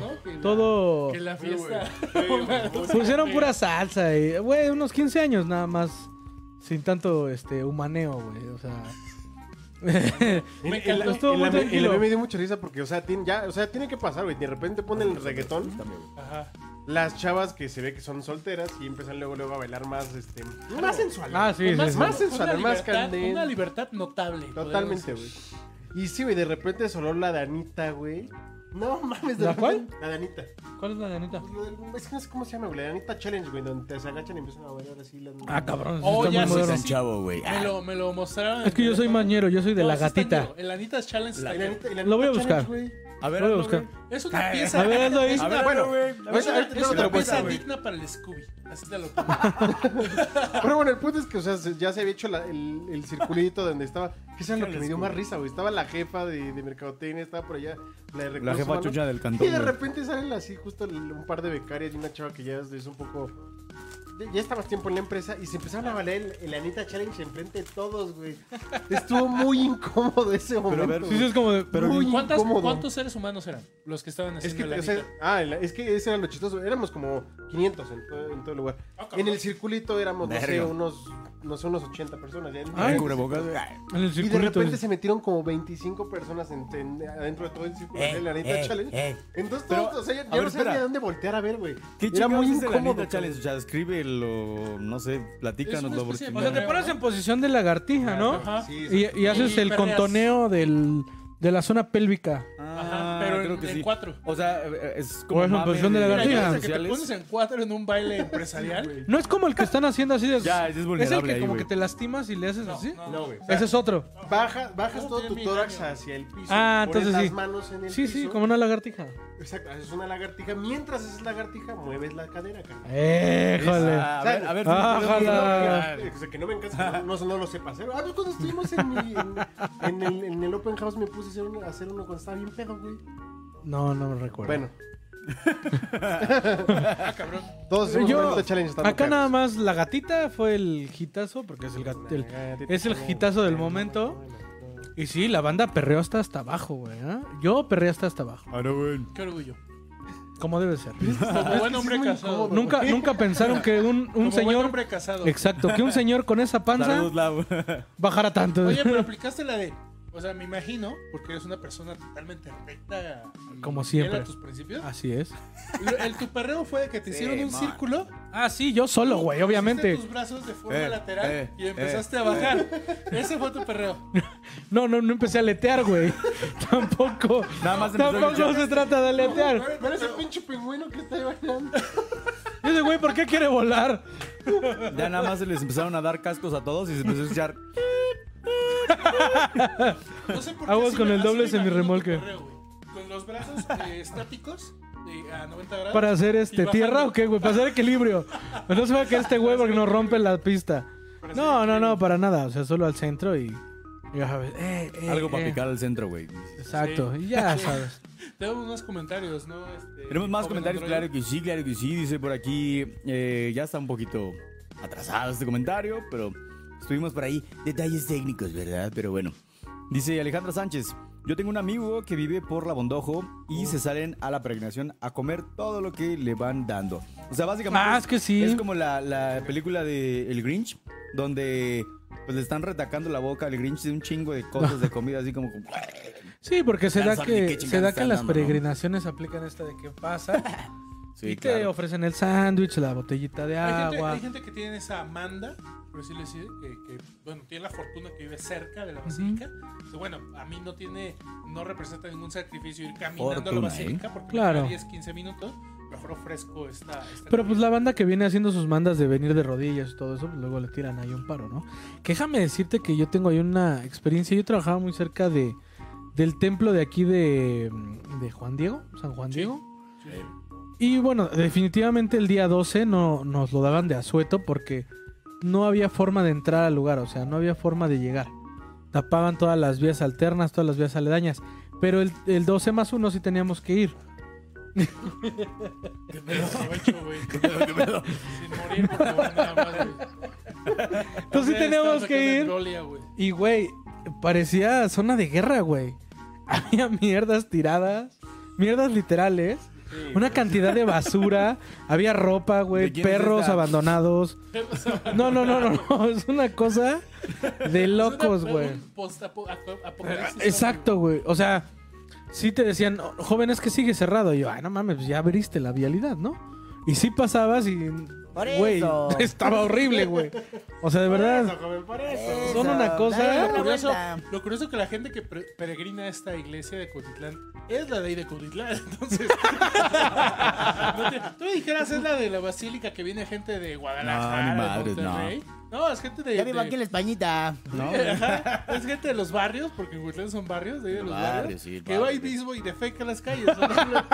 muy bien, ¿no? Que la-
Todo.
Que la fiesta.
Pusieron pura salsa y, güey, unos 15 años nada más. Sin tanto, este, humaneo, güey. O sea.
Me
En la-
encantó.
Estuvo
en
muy
la- en
este
la
tranquilo.
B me dio mucha risa porque, o sea, tiene, ya, o sea, tiene que pasar, güey. De repente ponen el reggaetón.
Ajá.
Las chavas que se ve que son solteras y empiezan luego, luego a bailar más, este... Más sensual.
Ah, sí, sí,
Más,
sí.
más
sí.
sensual,
Una
más
libertad-
candente. Una
una
libertad notable.
Totalmente, güey. Y sí, güey, de repente sonó la Danita, güey. No mames, de
¿La
repente- La Danita.
¿Cuál es la danita?
pues, Es que no sé cómo se llama, güey. La Danita Challenge, güey, donde se agachan y empiezan a bailar así. las-
Ah, cabrón. eso
Oh,
está
ya
muy
sé,
moderno.
sí,
Tan chavo, güey.
Me
Ah,
lo, me lo mostraron.
Es que yo soy mañero, yo soy de
No,
la
sí está
gatita.
ñero. El Anita's Challenge. está
Y
ñero.
la neta- y la
Lo voy a
neta
buscar.
challenge, güey.
A ver,
Voy a
hazlo,
buscar.
güey.
Es una pieza.
a ver, hazlo ahí.
Es
A
una,
ver,
bueno,
bueno, güey. A ver,
es una-
ahorita te
es
lo
una
propongo,
pieza
güey.
digna para el Scooby. Así te lo pongo.
Pero bueno, el punto es que, o sea, se- ya se había hecho la- el, el circulito donde estaba. ¿Qué es lo que me dio más risa, güey? Estaba la jefa de, de Mercadotecnia, estaba por allá. La, de
La
recursos
jefa
humanos,
chucha del
Y
cantón.
de
güey.
repente salen así justo el- un par de becarias y una chava que ya es es un poco... Ya está más tiempo en la empresa y se empezaron a valer el, el Anita Challenge enfrente de todos, güey. Estuvo muy incómodo ese momento.
a ver,
güey.
Sí, sí, es como de.
muy
¿Cuántas-
incómodo.
¿Cuántos seres humanos eran los que estaban
Es que,
haciendo la
o sea,
anita?
ah, el- es que ese era lo chistoso. Éramos como 500 en todo, en todo el lugar. en el circulito éramos, no sé,
Verga.
unos, no sé, unos 80 personas. ya en-
Ay,
Ay, cubrebocas. güey. Ay,
En el
y de
circulito. eh.
repente se metieron como 25 personas en- en- adentro de todo el círculo de la Anita Challenge. Entonces,
Pero,
todos, o sea, ya,
a
ya
ver,
no sabía
espera.
de dónde voltear a ver, güey.
¿Qué
Era
chingados
muy
es el
incómodo.
Anita Challenge? O sea, escríbelo, no sé, platícanos.
Es una
lo
especie de-
O sea, te pones en posición de lagartija, ¿no?
Ajá.
Sí, sí.
Y, y haces
Y
el
perreas.
contoneo del, de la zona pélvica.
Ah,
Ajá, pero
creo
en-
que
en
sí.
cuatro.
O sea, eh, es como.
O en
mame
posición de la
Mira,
lagartija.
ya
redes
desde que te
sociales.
pones en cuatro en un baile empresarial.
No es como el que están haciendo así de.
Ya, ese es
el
vulnerable
que
ahí,
como
güey.
que te lastimas y le haces así.
No, güey. O sea,
Ese es otro.
baja- bajas
No,
todo
tiene
tu
mi
tórax
daño.
hacia el piso.
Ah,
pones
entonces
las
sí.
manos en el
Sí,
piso.
sí, como una lagartija.
Exacto, haces una lagartija. Mientras haces lagartija, mueves la cadera, carnal.
¡Éjole!
Ah, A ver, a ver.
Ah,
sí,
ojalá.
pero-
O sea, que no me encanta, no, no, no lo sepa hacer. Ah, pues cuando estuvimos en, mi, en, en el, en el Open House me puse a hacer uno, a hacer uno cuando estaba bien pedo, güey.
No, no me recuerdo.
Bueno,
Ah, cabrón.
todos hicimos
Yo-
un ratito este challenge. estando
Acá
pedos.
nada más la gatita fue el hitazo, porque es el, gat- el-
Eh,
es el hitazo del momento. Y sí, la banda perreó hasta hasta abajo, güey. ¿eh? Yo perreé hasta hasta abajo,
Ahora, güey.
Qué orgullo.
como debe ser.
Como buen hombre
muy
casado.
incómodo.
Nunca, nunca pensaron que un, un
Como buen
señor...
hombre casado.
Exacto, que un señor con esa panza
Saludos, Lau.
bajara tanto.
Oye, pero aplicaste la de. O sea, me imagino, porque eres una persona totalmente recta. y
Como
fiel
siempre. Ah.
a tus principios.
Así es.
Lo- El tu perreo fue de que te hicieron un círculo.
Ah, sí, yo solo, güey,
pusiste
obviamente.
tus brazos de forma
Eh,
lateral
eh,
y empezaste a bajar. Ese fue tu perreo.
No, no, no empecé a aletear, güey. Tampoco.
Nada más empezó a
Tampoco
escuchar.
se trata de aletear.
Pero ese pinche pingüino que está ahí bailando.
Yo digo, güey, ¿por qué quiere volar?
Ya nada más se les empezaron a dar cascos a todos y se empezó a escuchar.
No sé por qué
Aguas
así
con
me-
el
así me imagino
doble
tu
semirremolque.
perreo, güey. Con los brazos eh, estáticos eh, a 90 grados.
¿Para hacer
y
este
bajando.
tierra o qué, güey? Para hacer equilibrio. Pero No se va a caer este güey porque nos rompe la pista. No, no, no, para nada. O sea, solo al centro y. y ya sabes, eh, eh,
Algo para
eh.
picar al centro, güey.
Exacto, y ya sabes.
Tengo unos comentarios, ¿no? Este,
Tenemos más
joven
comentarios,
androide.
claro que sí, claro que sí. Dice por aquí, eh, ya está un poquito atrasado este comentario, pero estuvimos por ahí. Detalles técnicos, ¿verdad? Pero bueno. Dice Alejandra Sánchez, yo tengo un amigo que vive por la Bondojo y se salen a la peregrinación a comer todo lo que le van dando. O sea, básicamente
Ah, es que sí.
es como la, la película de El Grinch, donde pues, le están retacando la boca al Grinch de un chingo de cosas de comida, así como...
Sí, porque se
Ya
da
saben de
que,
qué
se da
chingados
que en las
están dando, ¿no?
peregrinaciones aplican esta de qué pasa.
Sí,
y te
claro.
ofrecen el sándwich, la botellita de
Hay gente,
agua.
hay gente que tiene esa Amanda, por así decir, que, que, bueno, tiene la fortuna que vive cerca de la basílica. Dice, Bueno, a mí no tiene, no representa ningún sacrificio ir caminando a
Fortuna,
la basílica porque
¿eh? Claro.
claro. 10, 15 minutos. Mejor ofrezco esta. esta
Pero pues la banda que viene haciendo sus mandas de venir de rodillas y todo eso, pues luego le tiran ahí un paro, ¿no? Que déjame decirte que yo tengo ahí una experiencia. Yo trabajaba muy cerca de del templo de aquí de, de Juan Diego, San Juan
Sí.
Diego. Y bueno, definitivamente el día 12 no, nos lo daban de asueto porque no había forma de entrar al lugar, o sea, no había forma de llegar. Tapaban todas las vías alternas, todas las vías aledañas. Pero el, el 12 más 1 sí teníamos que ir.
Qué pedo, aprovecho, güey. Sin morir, por favor, nada más, güey.
Entonces
Ya
teníamos
estamos acá en
que ir.
Mongolia, güey.
Y, güey, parecía zona de guerra, güey. Había mierdas tiradas, mierdas literales, una cantidad de basura, había ropa, güey,
¿De quién es
perros
esta?
abandonados. No, no, no, no, no, es una cosa de locos,
Es una-
güey.
un postapo- aco- apocalipsis,
Exacto, güey. O sea, sí te decían, "Oh, joven, es que sigue cerrado. Y yo, ay, no mames, pues ya abriste la vialidad, ¿no? Y sí pasabas y, güey, estaba horrible, güey. O sea, de verdad,
Eh,
son una cosa...
Lo curioso, lo curioso que la gente que pre- peregrina a esta iglesia de Cotitlán es la de ahí de Cotitlán. Entonces, no te- tú me dijeras, es la de la basílica que viene gente de Guadalajara,
No, ni madres,
de Monterrey. No, es gente de.
Ya vivo
de-
aquí en la Españita. ¿No?
Ajá, es gente de los barrios, porque en Huitlán son barrios, de, ahí de los
Barrio,
barrios.
sí, el
que va y
barrio.
mismo y defeca en las calles. No, No lo entiendo.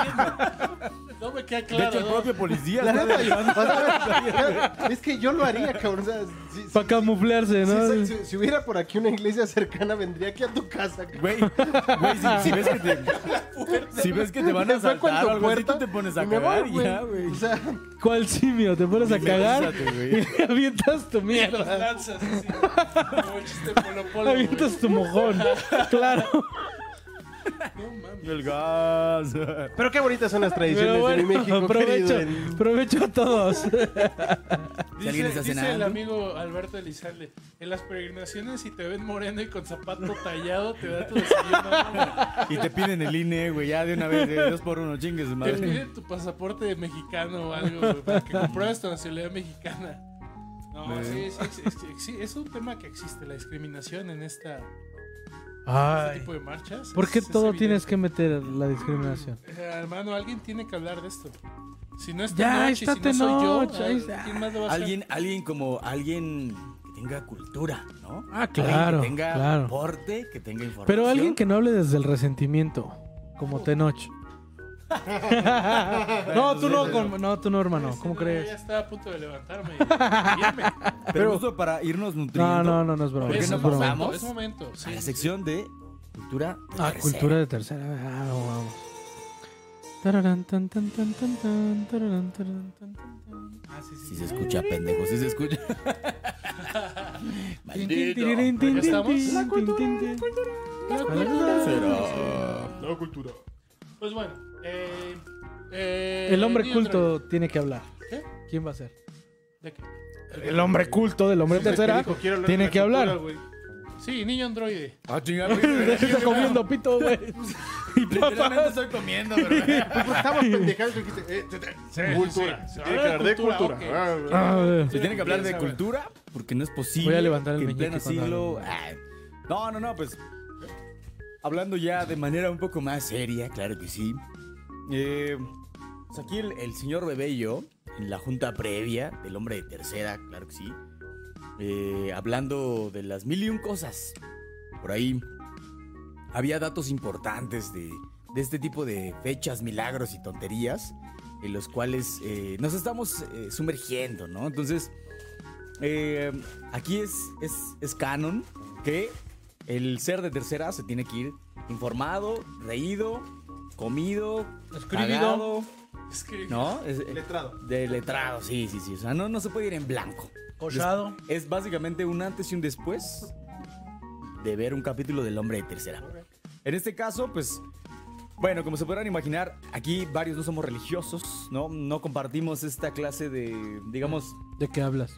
No me queda
De
claro.
hecho, el
¿no?
propio policía
La
está
neta,
llevando-
o sea, es que yo lo haría, cabrón. o sea, si, si-
Para camuflarse,
si-
¿no?
si- si- si hubiera por aquí una iglesia cercana, vendría aquí a tu casa. cabrón.
Güey, güey, si, si ves que te, si ves que te van a
Me saco en
asaltar
tu
o algo así,
puerta
tú te pones
y
a
me voy,
cagar y ya, güey.
O sea,
¿Cuál simio? Te pones a cagar
Fíjate, güey.
y avientas tu
Los
mierda.
lanzas así. Como el chiste de Polo Polo, güey.
Avientas tu mojón. Claro.
No mames.
El gas.
pero qué bonitas son las tradiciones
Pero
de mi
bueno,
México,
provecho,
querido. en-
provecho a todos.
alguien
Dice,
está
dice el
cenando.
amigo Alberto Elizalde: En las peregrinaciones, si te ven moreno y con zapato tallado, te da tu desayuno.
Y te piden el INE, güey, ya de una vez, eh, dos por uno, chingues,
Te
madre.
piden tu pasaporte de mexicano o algo, güey, para que compruebes tu nacionalidad mexicana. No, sí, sí, sí, sí, sí, es un tema que existe, la discriminación en esta, este
Ay.
tipo de marchas.
¿Por qué
Es- es
todo
evidente.
tienes que meter la discriminación?
Eh, hermano, alguien tiene que hablar de esto. Si no es
Ya,
Tenoch y
está
si no soy yo,
Tenoch, ahí está.
¿quién más lo va a hacer?
Alguien, alguien como alguien que tenga cultura, ¿no?
Ah,
Alguien
claro,
que tenga
claro.
porte, que tenga información.
Pero alguien que no hable desde el resentimiento, como Tenoch. no, tú no, con- no, tú no, hermano.
Este,
¿Cómo
no, Ya
crees?
está a punto de levantarme y irme.
Pero justo para irnos nutriendo
No, no, no, no es broma.
¿Por qué
Es
no
no es
un
broma.
pasamos?
momento, es un momento.
a
sí,
la
sí.
sección de cultura. de
Ah,
tercera.
cultura de tercera. Ah, no, vamos. Tararán, tan, tan, tan, tan, tan, tararán, tararán, tan, tan, tan.
Ah, sí, sí.
Si se escucha, pendejo, si se escucha.
Tin, tin,
Maldito.
tirirín, tin,
¿Ya
tin,
estamos?
tin,
La
tin, tin, tin.
Pues bueno, eh, eh,
El hombre
Neil
culto tiene que hablar.
¿Qué?
¿Quién va a ser?
Android. ¿De qué?
El hombre culto del hombre tercera
Dijo, "Quiero hablar de
tiene
la
que
cultura,
hablar.
güey".
Sí, niño androide.
Ah, chingada, güey.
Está comiendo pito, güey.
Literalmente estoy comiendo, pero
Pues Estamos pendejados. y dijiste, eh, te- te- cultura.
sí.
Se tiene que hablar de cultura. Ah, güey.
A ver.
Se tiene que hablar de
Piensa,
cultura porque no es posible.
Voy a levantar el
que en
meñique
pleno
cuando
siglo.
hable.
Ay, No, no, no, pues.
Hablando ya de manera un poco más seria, claro que sí. Eh, pues aquí el, el señor Bebé y yo, en la junta previa del hombre de tercera, claro que sí. eh, hablando de las mil y un cosas. Por ahí había datos importantes de, de este tipo de fechas, milagros y tonterías en los cuales eh, nos estamos eh, sumergiendo, ¿no? Entonces, eh, aquí es, es, es canon que el ser de tercera se tiene que ir informado, reído, comido, cagado,
Es que
¿no? Es- eh,
Letrado.
de letrado, sí, sí, sí. O sea, no, no se puede ir en blanco.
Collado.
Des- Es básicamente un antes y un después de ver un capítulo del hombre de tercera.
En este caso, pues. Bueno, como se podrán imaginar, aquí varios no somos religiosos, ¿no? No compartimos esta clase de, digamos,
¿De qué hablas?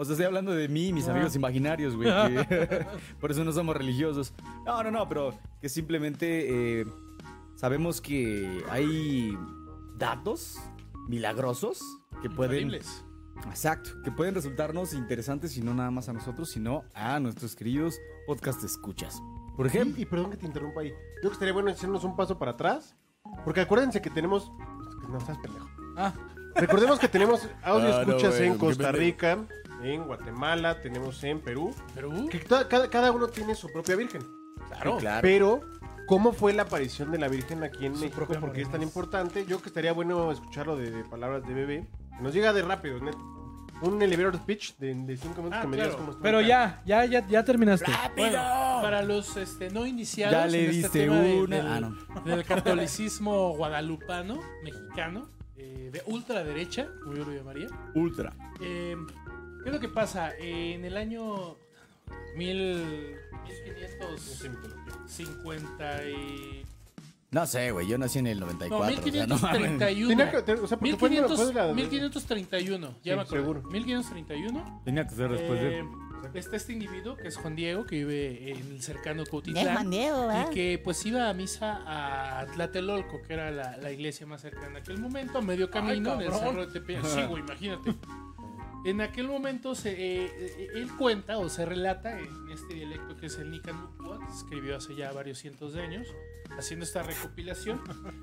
O sea, estoy hablando de mí y mis amigos imaginarios, güey. que- por eso no somos religiosos. No, no, no, pero que simplemente eh, sabemos que hay datos milagrosos que pueden...
infalibles.
Exacto, que pueden resultarnos interesantes y no nada más a nosotros, sino a nuestros queridos podcast escuchas. Por ejemplo...
Y, y perdón que te interrumpa ahí. Yo creo que estaría bueno hacernos un paso para atrás. Porque acuérdense que tenemos. No seas pendejo.
Ah.
Recordemos que tenemos audio
Ah, no,
escuchas
güey,
en
qué
Costa
pendejo.
Rica, en Guatemala, tenemos en Perú.
Perú.
Que to- cada, cada uno tiene su propia virgen.
Claro.
Pero, ¿cómo fue la aparición de la virgen aquí en México?
propia
Porque es tan
morenés.
importante. Yo creo que estaría bueno escucharlo de, de palabras de bebé. Que nos llega de rápido, net. Un elevator speech de, de cinco minutos
Ah,
que me
claro.
digas cómo estuvo.
Pero ya, ya, ya, ya terminaste.
¡Rápido!
Bueno, para los este, no iniciados
Ya le
en este
diste
tema de-
una.
del,
Ah,
del catolicismo guadalupano, mexicano, eh, de ultraderecha, como yo lo llamaría.
Ultra.
Eh, ¿Qué es lo que pasa? Eh, en el año 1550 y...
No sé, güey, yo nací en el
No,
94. o sea, no mames.
Tenía que-
1531.
te- o sea, porque fue- fue de
1500,
la-
1531, ya
Sí,
me acuerdo.
seguro.
1531.
Tenía que ser después
eh,
de...
está este individuo que es Juan Diego, que vive en el cercano Cuautitlán. Y que pues iba a misa a Tlatelolco, que era la, la iglesia más cercana en aquel momento, a medio camino en el
cabrón.
cerro de Tepeyac. Sí, güey, imagínate. En aquel momento se, eh, eh, él cuenta o se relata en este dialecto que es el Nicanucuat, escribió hace ya varios cientos de años, haciendo esta recopilación,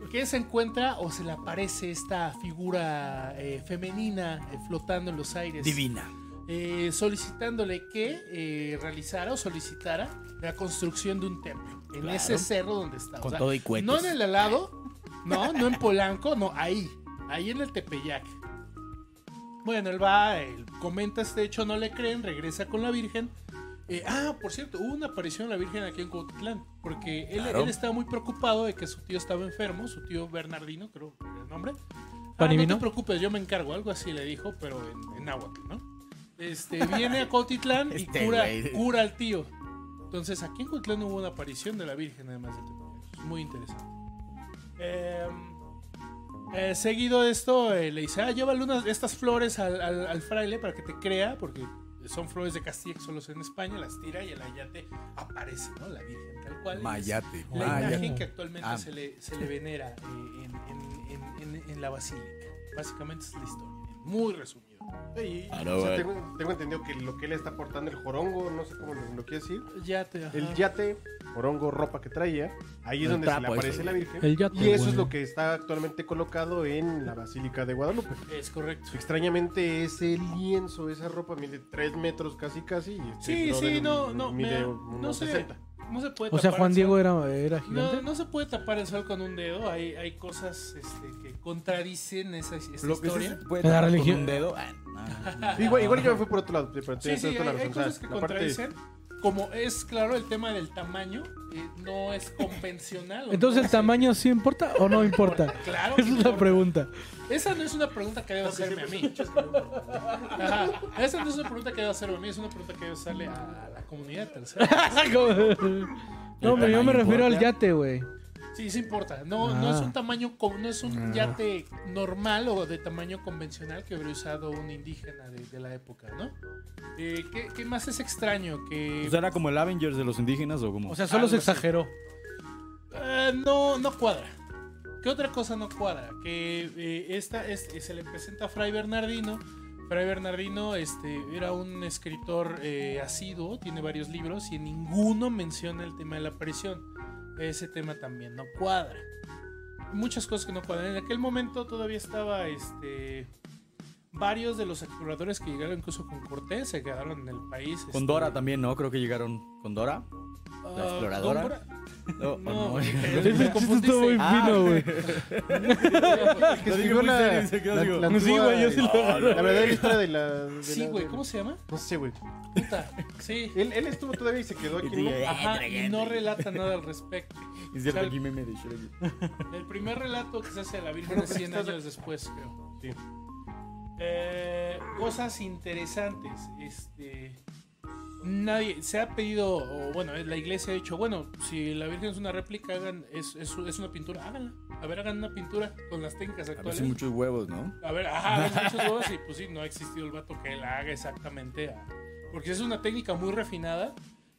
que se encuentra o se le aparece esta figura eh, femenina eh, flotando en los aires.
Divina.
eh, solicitándole que eh, realizara o solicitara la construcción de un templo en ese cerro donde está. O
Con
sea,
todo y cohetes.
no en el alado, no, no en Polanco, no, ahí, ahí en el Tepeyac. Bueno, él va, él comenta este hecho, no le creen, regresa con la Virgen. Eh, ah, por cierto, hubo una aparición de la Virgen aquí en Cuautitlán, porque él,
Claro.
él estaba muy preocupado de que su tío estaba enfermo, su tío Bernardino, creo que era el nombre. Ah, no
Panivino.
te preocupes, yo me encargo, algo así le dijo, pero en, en náhuatl, ¿no? Este, viene a Cuautitlán y
Este
cura,
güey.
cura al tío. Entonces, aquí en Cuautitlán hubo una aparición de la Virgen, además de Tepeyac. Es Muy interesante. Em, eh, seguido de esto, eh, le dice, ah, llévale unas, estas flores al, al- al fraile para que te crea, porque son flores de Castilla que solo se en España, las tira y el ayate aparece, ¿no? La Virgen, tal cual.
Mayate.
La
Mayate.
imagen que actualmente
Ah.
se, le, se le venera eh, en, en- en- en- en la basílica. Básicamente es la historia, muy resumido.
Sí,
Claro,
o sea,
güey.
tengo, tengo entendido que lo que él está portando, el jorongo, no sé cómo lo, lo quiere decir,
Ya te... ajá.
el yate, jorongo, ropa que traía, ahí es
El
donde se le
trapo
aparece
ese,
la Virgen.
El yate,
y eso
güey.
es lo que está actualmente colocado en la Basílica de Guadalupe.
Es correcto.
Extrañamente ese lienzo, esa ropa mide 3 metros casi casi. Y este
Sí,
brother
sí, no, no,
mide
mira,
unos
no sé.
60.
No se puede
O sea,
tapar
Juan
el
Diego
sol.
era, era
No,
gigante.
no se puede tapar el sol con un dedo. Hay, hay cosas este, que contradicen esa, esa
Lo que sí
historia.
se puede
La
tapar con
religión.
un dedo. Ah, no.
Sí, igual, igual yo me fui por otro lado. pero
Sí,
tienes
sí, hay,
toda la
hay
razón, o sea,
cosas que
la parte-
contradicen. Como es claro el tema del tamaño, eh, no es convencional. ¿o
Entonces,
no?
¿el tamaño sí importa o no importa?
Claro que
Esa es la
importa.
pregunta.
Esa no es una pregunta que debo hacerme a mí. Ajá. Esa no es una pregunta que debo hacerme a mí, es una pregunta que debo hacerle a la comunidad tercera.
no, pero yo me refiero al yate, güey.
Sí, sí importa. No, no es
Ah.
un tamaño, co- no es un yate normal o de tamaño convencional que habría usado un indígena de, de la época, ¿no? Eh, ¿qué, qué más es extraño? Que
O sea, era como el Avengers de los indígenas o como.
O sea, solo
Algo
se
así.
exageró.
Eh, no, no cuadra. ¿Qué otra cosa no cuadra? Que eh, esta es, se le presenta a Fray Bernardino. Fray Bernardino este, era un escritor eh, asiduo, tiene varios libros y en ninguno menciona el tema de la prisión. Ese tema también no cuadra. Muchas cosas que no cuadran. En aquel momento todavía estaba este, varios de los exploradores que llegaron incluso con Cortés, se quedaron en el país.
Con
este,
Dora también, ¿no? Creo que llegaron con Dora.
ah,
la exploradora.
Góngora.
No,
No,
no.
güey,
Ese
me
chiste estuvo muy
confundiste.
fino, güey.
Ah,
Es que escribió
muy
la-
serio y se quedó
la-
así como,
la
sí, güey, yo sí lo
antigua- La verdadera historia de la. de
Sí,
la-
güey,
de-
¿cómo se llama?
No sé, güey.
Puta, sí.
Él, él estuvo todavía y se quedó aquí. ¿no?
Ajá, y no relata nada al respecto.
Es cierto,
O sea,
aquí meme de Shrek.
El primer relato que se hace de la Virgen es 100 años después, creo.
Sí.
Eh, cosas interesantes. Este, nadie se ha pedido, o bueno, la iglesia ha dicho, bueno, si la Virgen es una réplica, hagan, es, es- es una pintura, háganla. A ver, hagan una pintura con las técnicas
A ver
actuales.
si muchos huevos, ¿no?
A ver, ajá, a ver, muchos huevos y pues sí, no ha existido el vato que la haga exactamente. a- Porque es una técnica muy refinada,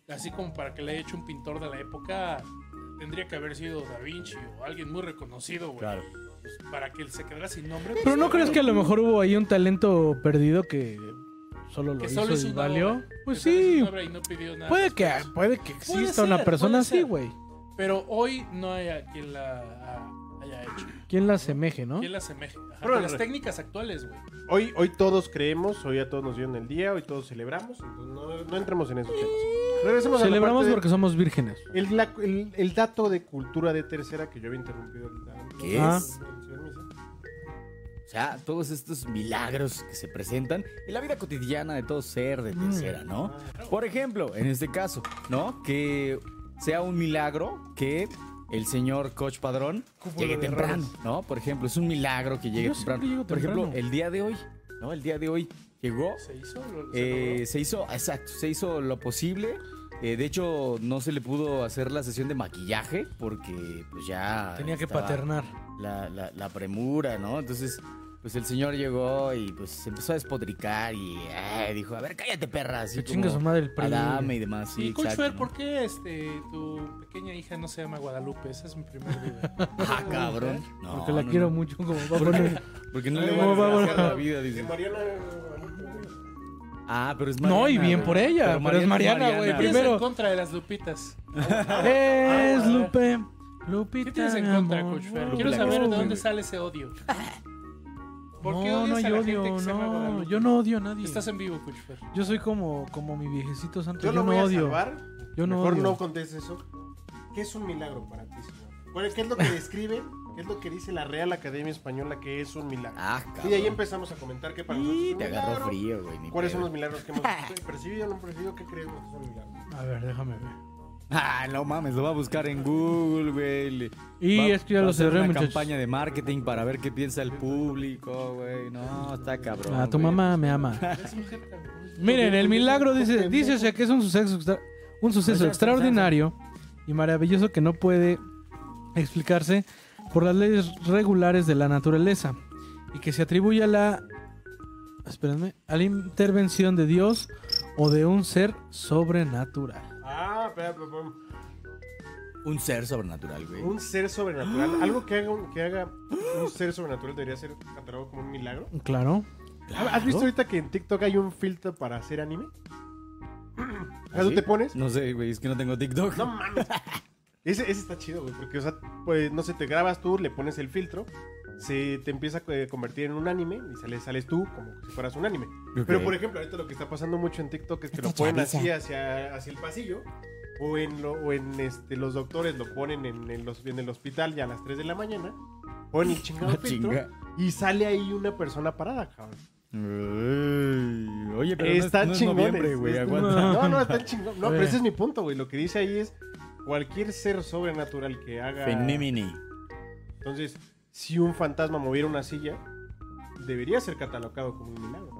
así como para que la haya hecho un pintor de la época, tendría que haber sido Da Vinci o alguien muy reconocido, güey.
Claro.
Pues, para que él se quedara sin nombre.
Pero
pues,
no crees que a lo mejor hubo ahí un talento perdido que solo lo
que
hizo,
solo hizo
y
una
valió.
obra,
Pues
que solo hizo
sí,
una obra y no pidió nada.
puede que, puede que exista una
ser,
persona
puede
así,
ser.
güey.
Pero hoy no hay a quien la a- haya hecho.
¿Quién la asemeje, no?
Quien la asemeje. Ajá,
Pero-
con las técnicas actuales, güey.
Hoy, hoy todos creemos, hoy a todos nos dieron el día, hoy todos celebramos. Entonces no, no entremos en esos temas. Regresemos
Celebramos
a la
porque
parte
somos vírgenes.
de- el, la- el- el dato de cultura de tercera que yo había interrumpido. el-
¿Qué
Ah.
es? O sea, todos estos milagros que se presentan en la vida cotidiana de todo ser de tercera, ¿no?
Por ejemplo, en este caso, ¿no? Que sea un milagro que el señor Coach Padrón llegue temprano, ¿no? Por ejemplo, es un milagro que llegue
Yo siempre
temprano.
llego
Por ejemplo,
temprano.
el día de hoy, ¿no? El día de hoy llegó,
Se hizo. Lo, se
eh,
logró.
se hizo, exacto, se hizo lo posible. Eh, de hecho, no se le pudo hacer la sesión de maquillaje porque pues ya...
Ah,
Tenía que
estaba
paternar.
La, la, la premura, ¿no? Entonces, pues el señor llegó y pues se empezó a despotricar y ay, dijo, a ver, cállate perra. Así
Que chingue
como-
su madre el PRI.
Adame y demás, sí,
y Coach
exacto,
Fer,
¿no?
¿por qué este, tu pequeña hija no se llama Guadalupe? Esa es mi primera duda.
Ah, cabrón. No,
Porque la
no,
quiero
no.
mucho como papá.
Porque no le voy
No,
a
vámonos.
desgraciar la vida, dice.
Mariana.
Ah, pero es
No, y
Mariana,
bien
güey.
por ella, pero es Mariana, güey,
¿Qué tienes
Primero-
en contra de las Lupitas?
Es Lupe. Lupita.
Ah. ¿Qué tienes en
mi
contra,
amor.
Coach Fer? Quiero saber de dónde sale ese odio. ¿Por qué
No,
odias
no,
a la
yo
gente
odio.
que se llama
No,
Guadalupe?
yo no odio a nadie.
Estás en vivo, Coach Fer.
Yo soy como, como mi viejecito santo.
Yo
Yo,
lo voy
no
a
odio.
salvar.
Yo no
Mejor
odio.
no contestes eso. ¿Qué es un milagro para ti, señor? ¿Cuál- ¿Qué es lo que describe? ¿Qué es lo que dice la Real Academia Española que es un milagro?
Ah,
y de ahí
cabrón.
empezamos a comentar qué para nosotros es
Y
un
te
milagro.
agarró frío, güey. ni
¿Cuáles son
pedo.
los milagros que hemos percibido o no percibido? ¿Qué creemos que son milagros?
A ver, déjame ver.
Ah, no mames, lo va a buscar en Google, güey. Le-
Y
va-
es que ya
va a
lo
hacer
cerré,
una
muchachos.
campaña de marketing para ver qué piensa el público, güey. No, está cabrón.
Ah, tu
güey.
mamá me ama. Miren, el milagro dice, dice o sea, que es un suceso, extra- un suceso extraordinario y maravilloso que no puede explicarse por las leyes regulares de la naturaleza y que se atribuye a la, espérenme, a la intervención de Dios o de un ser sobrenatural.
Ah, espera, espera, espera.
Un ser sobrenatural, güey.
Un ser sobrenatural. Algo que haga, un, que haga un ser sobrenatural debería ser catalogado como un milagro.
Claro.
¿Has visto ahorita que en TikTok hay un filtro para hacer anime?
¿Ah,
O sea, tú te pones?
No sé, güey, es que no tengo TikTok.
No mames. Ese, ese está chido, güey. Porque, o sea, pues, no sé, te grabas tú, le pones el filtro, se te empieza a eh, convertir en un anime y sales, sales tú como si fueras un anime. Pero, por ejemplo, ahorita lo que está pasando mucho en TikTok es que lo ponen así hacia, hacia el pasillo. O en, lo, o en este, los doctores lo ponen en el, hos- en el hospital ya a las 3 de la mañana. Ponen el chingado filtro.
Ah, chinga.
Y sale ahí una persona parada, cabrón.
Ey, Oye, pero no
Está
es, no es
chingón.
noviembre, güey. Aguanta.
No, no, está chingón. No, pero ese es mi punto, güey. Lo que dice ahí es cualquier ser sobrenatural que haga.
Fenemini.
Entonces, si un fantasma moviera una silla, debería ser catalogado como un milagro.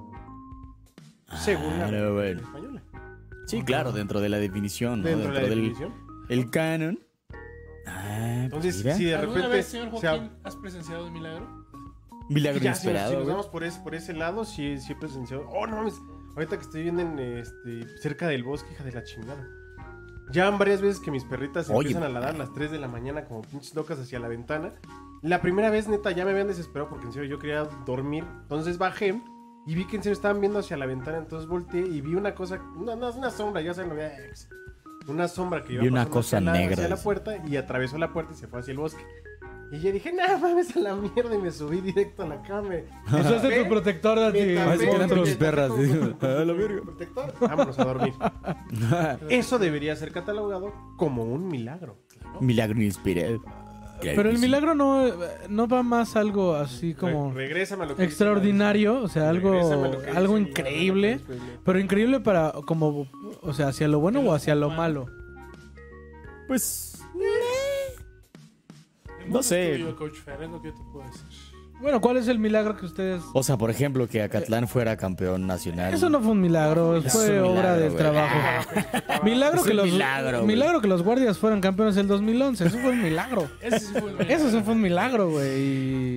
Según la
Claro, güey.
española.
Sí, claro, dentro de la definición, ¿no?
Dentro de la
del
definición.
el canon. Ah,
Entonces,
mira.
si de
¿Alguna
repente.
vez, señor
o sea,
Joaquín, has presenciado un milagro?
milagro
ya, si, nos- si
inesperado.
nos
güey.
vamos por ese, por ese lado, sí, sí he presenciado. Oh, no mames. Ahorita que estoy viendo en, este, cerca del bosque, hija de la chingada. Ya van varias veces que mis perritas
Oye,
empiezan a ladrar a las 3 de la mañana como pinches locas hacia la ventana. La primera vez, neta, ya me habían desesperado porque en serio yo quería dormir. Entonces bajé y vi que en serio estaban viendo hacia la ventana. Entonces volteé y vi una cosa, una, una, una sombra, ya saben lo veía. Una sombra que iba
Vi una
pasando
cosa
hacia la-
negra,
hacia la
dice.
puerta y atravesó la puerta y se fue hacia el bosque. Y yo dije, nada mames a la mierda y me subí directo a la cama.
Usaste tu protector de ti.
Ah,
Así que eran tus perras, digo. A la verga.
Protector. Vámonos a dormir. Eso debería ser catalogado como un milagro.
Milagro inesperado. Claro
Pero
que
el
sí.
milagro no, eh, no va más algo así como...
Re- regrésame a lo que
extraordinario, o sea, algo,
Regrésame lo que
algo
dice, Pues
increíble,
lo que dice.
pero increíble para, como, o sea, hacia lo bueno o hacia lo malo.
Pues.
El
No
mundo es
sé.
tuyo, Coach Fer, es lo que yo te puedo decir.
Bueno, ¿cuál es el milagro que ustedes...
O sea, por ejemplo, que Acatlán fuera campeón nacional.
Eso no fue un milagro,
Es
fue
un
obra
milagro,
del
güey.
trabajo. milagro
Es
que
un
los
milagro, güey.
milagro que los guardias fueron campeones del 2011, eso fue un milagro.
Ese sí fue un milagro.
Eso sí fue un milagro, güey,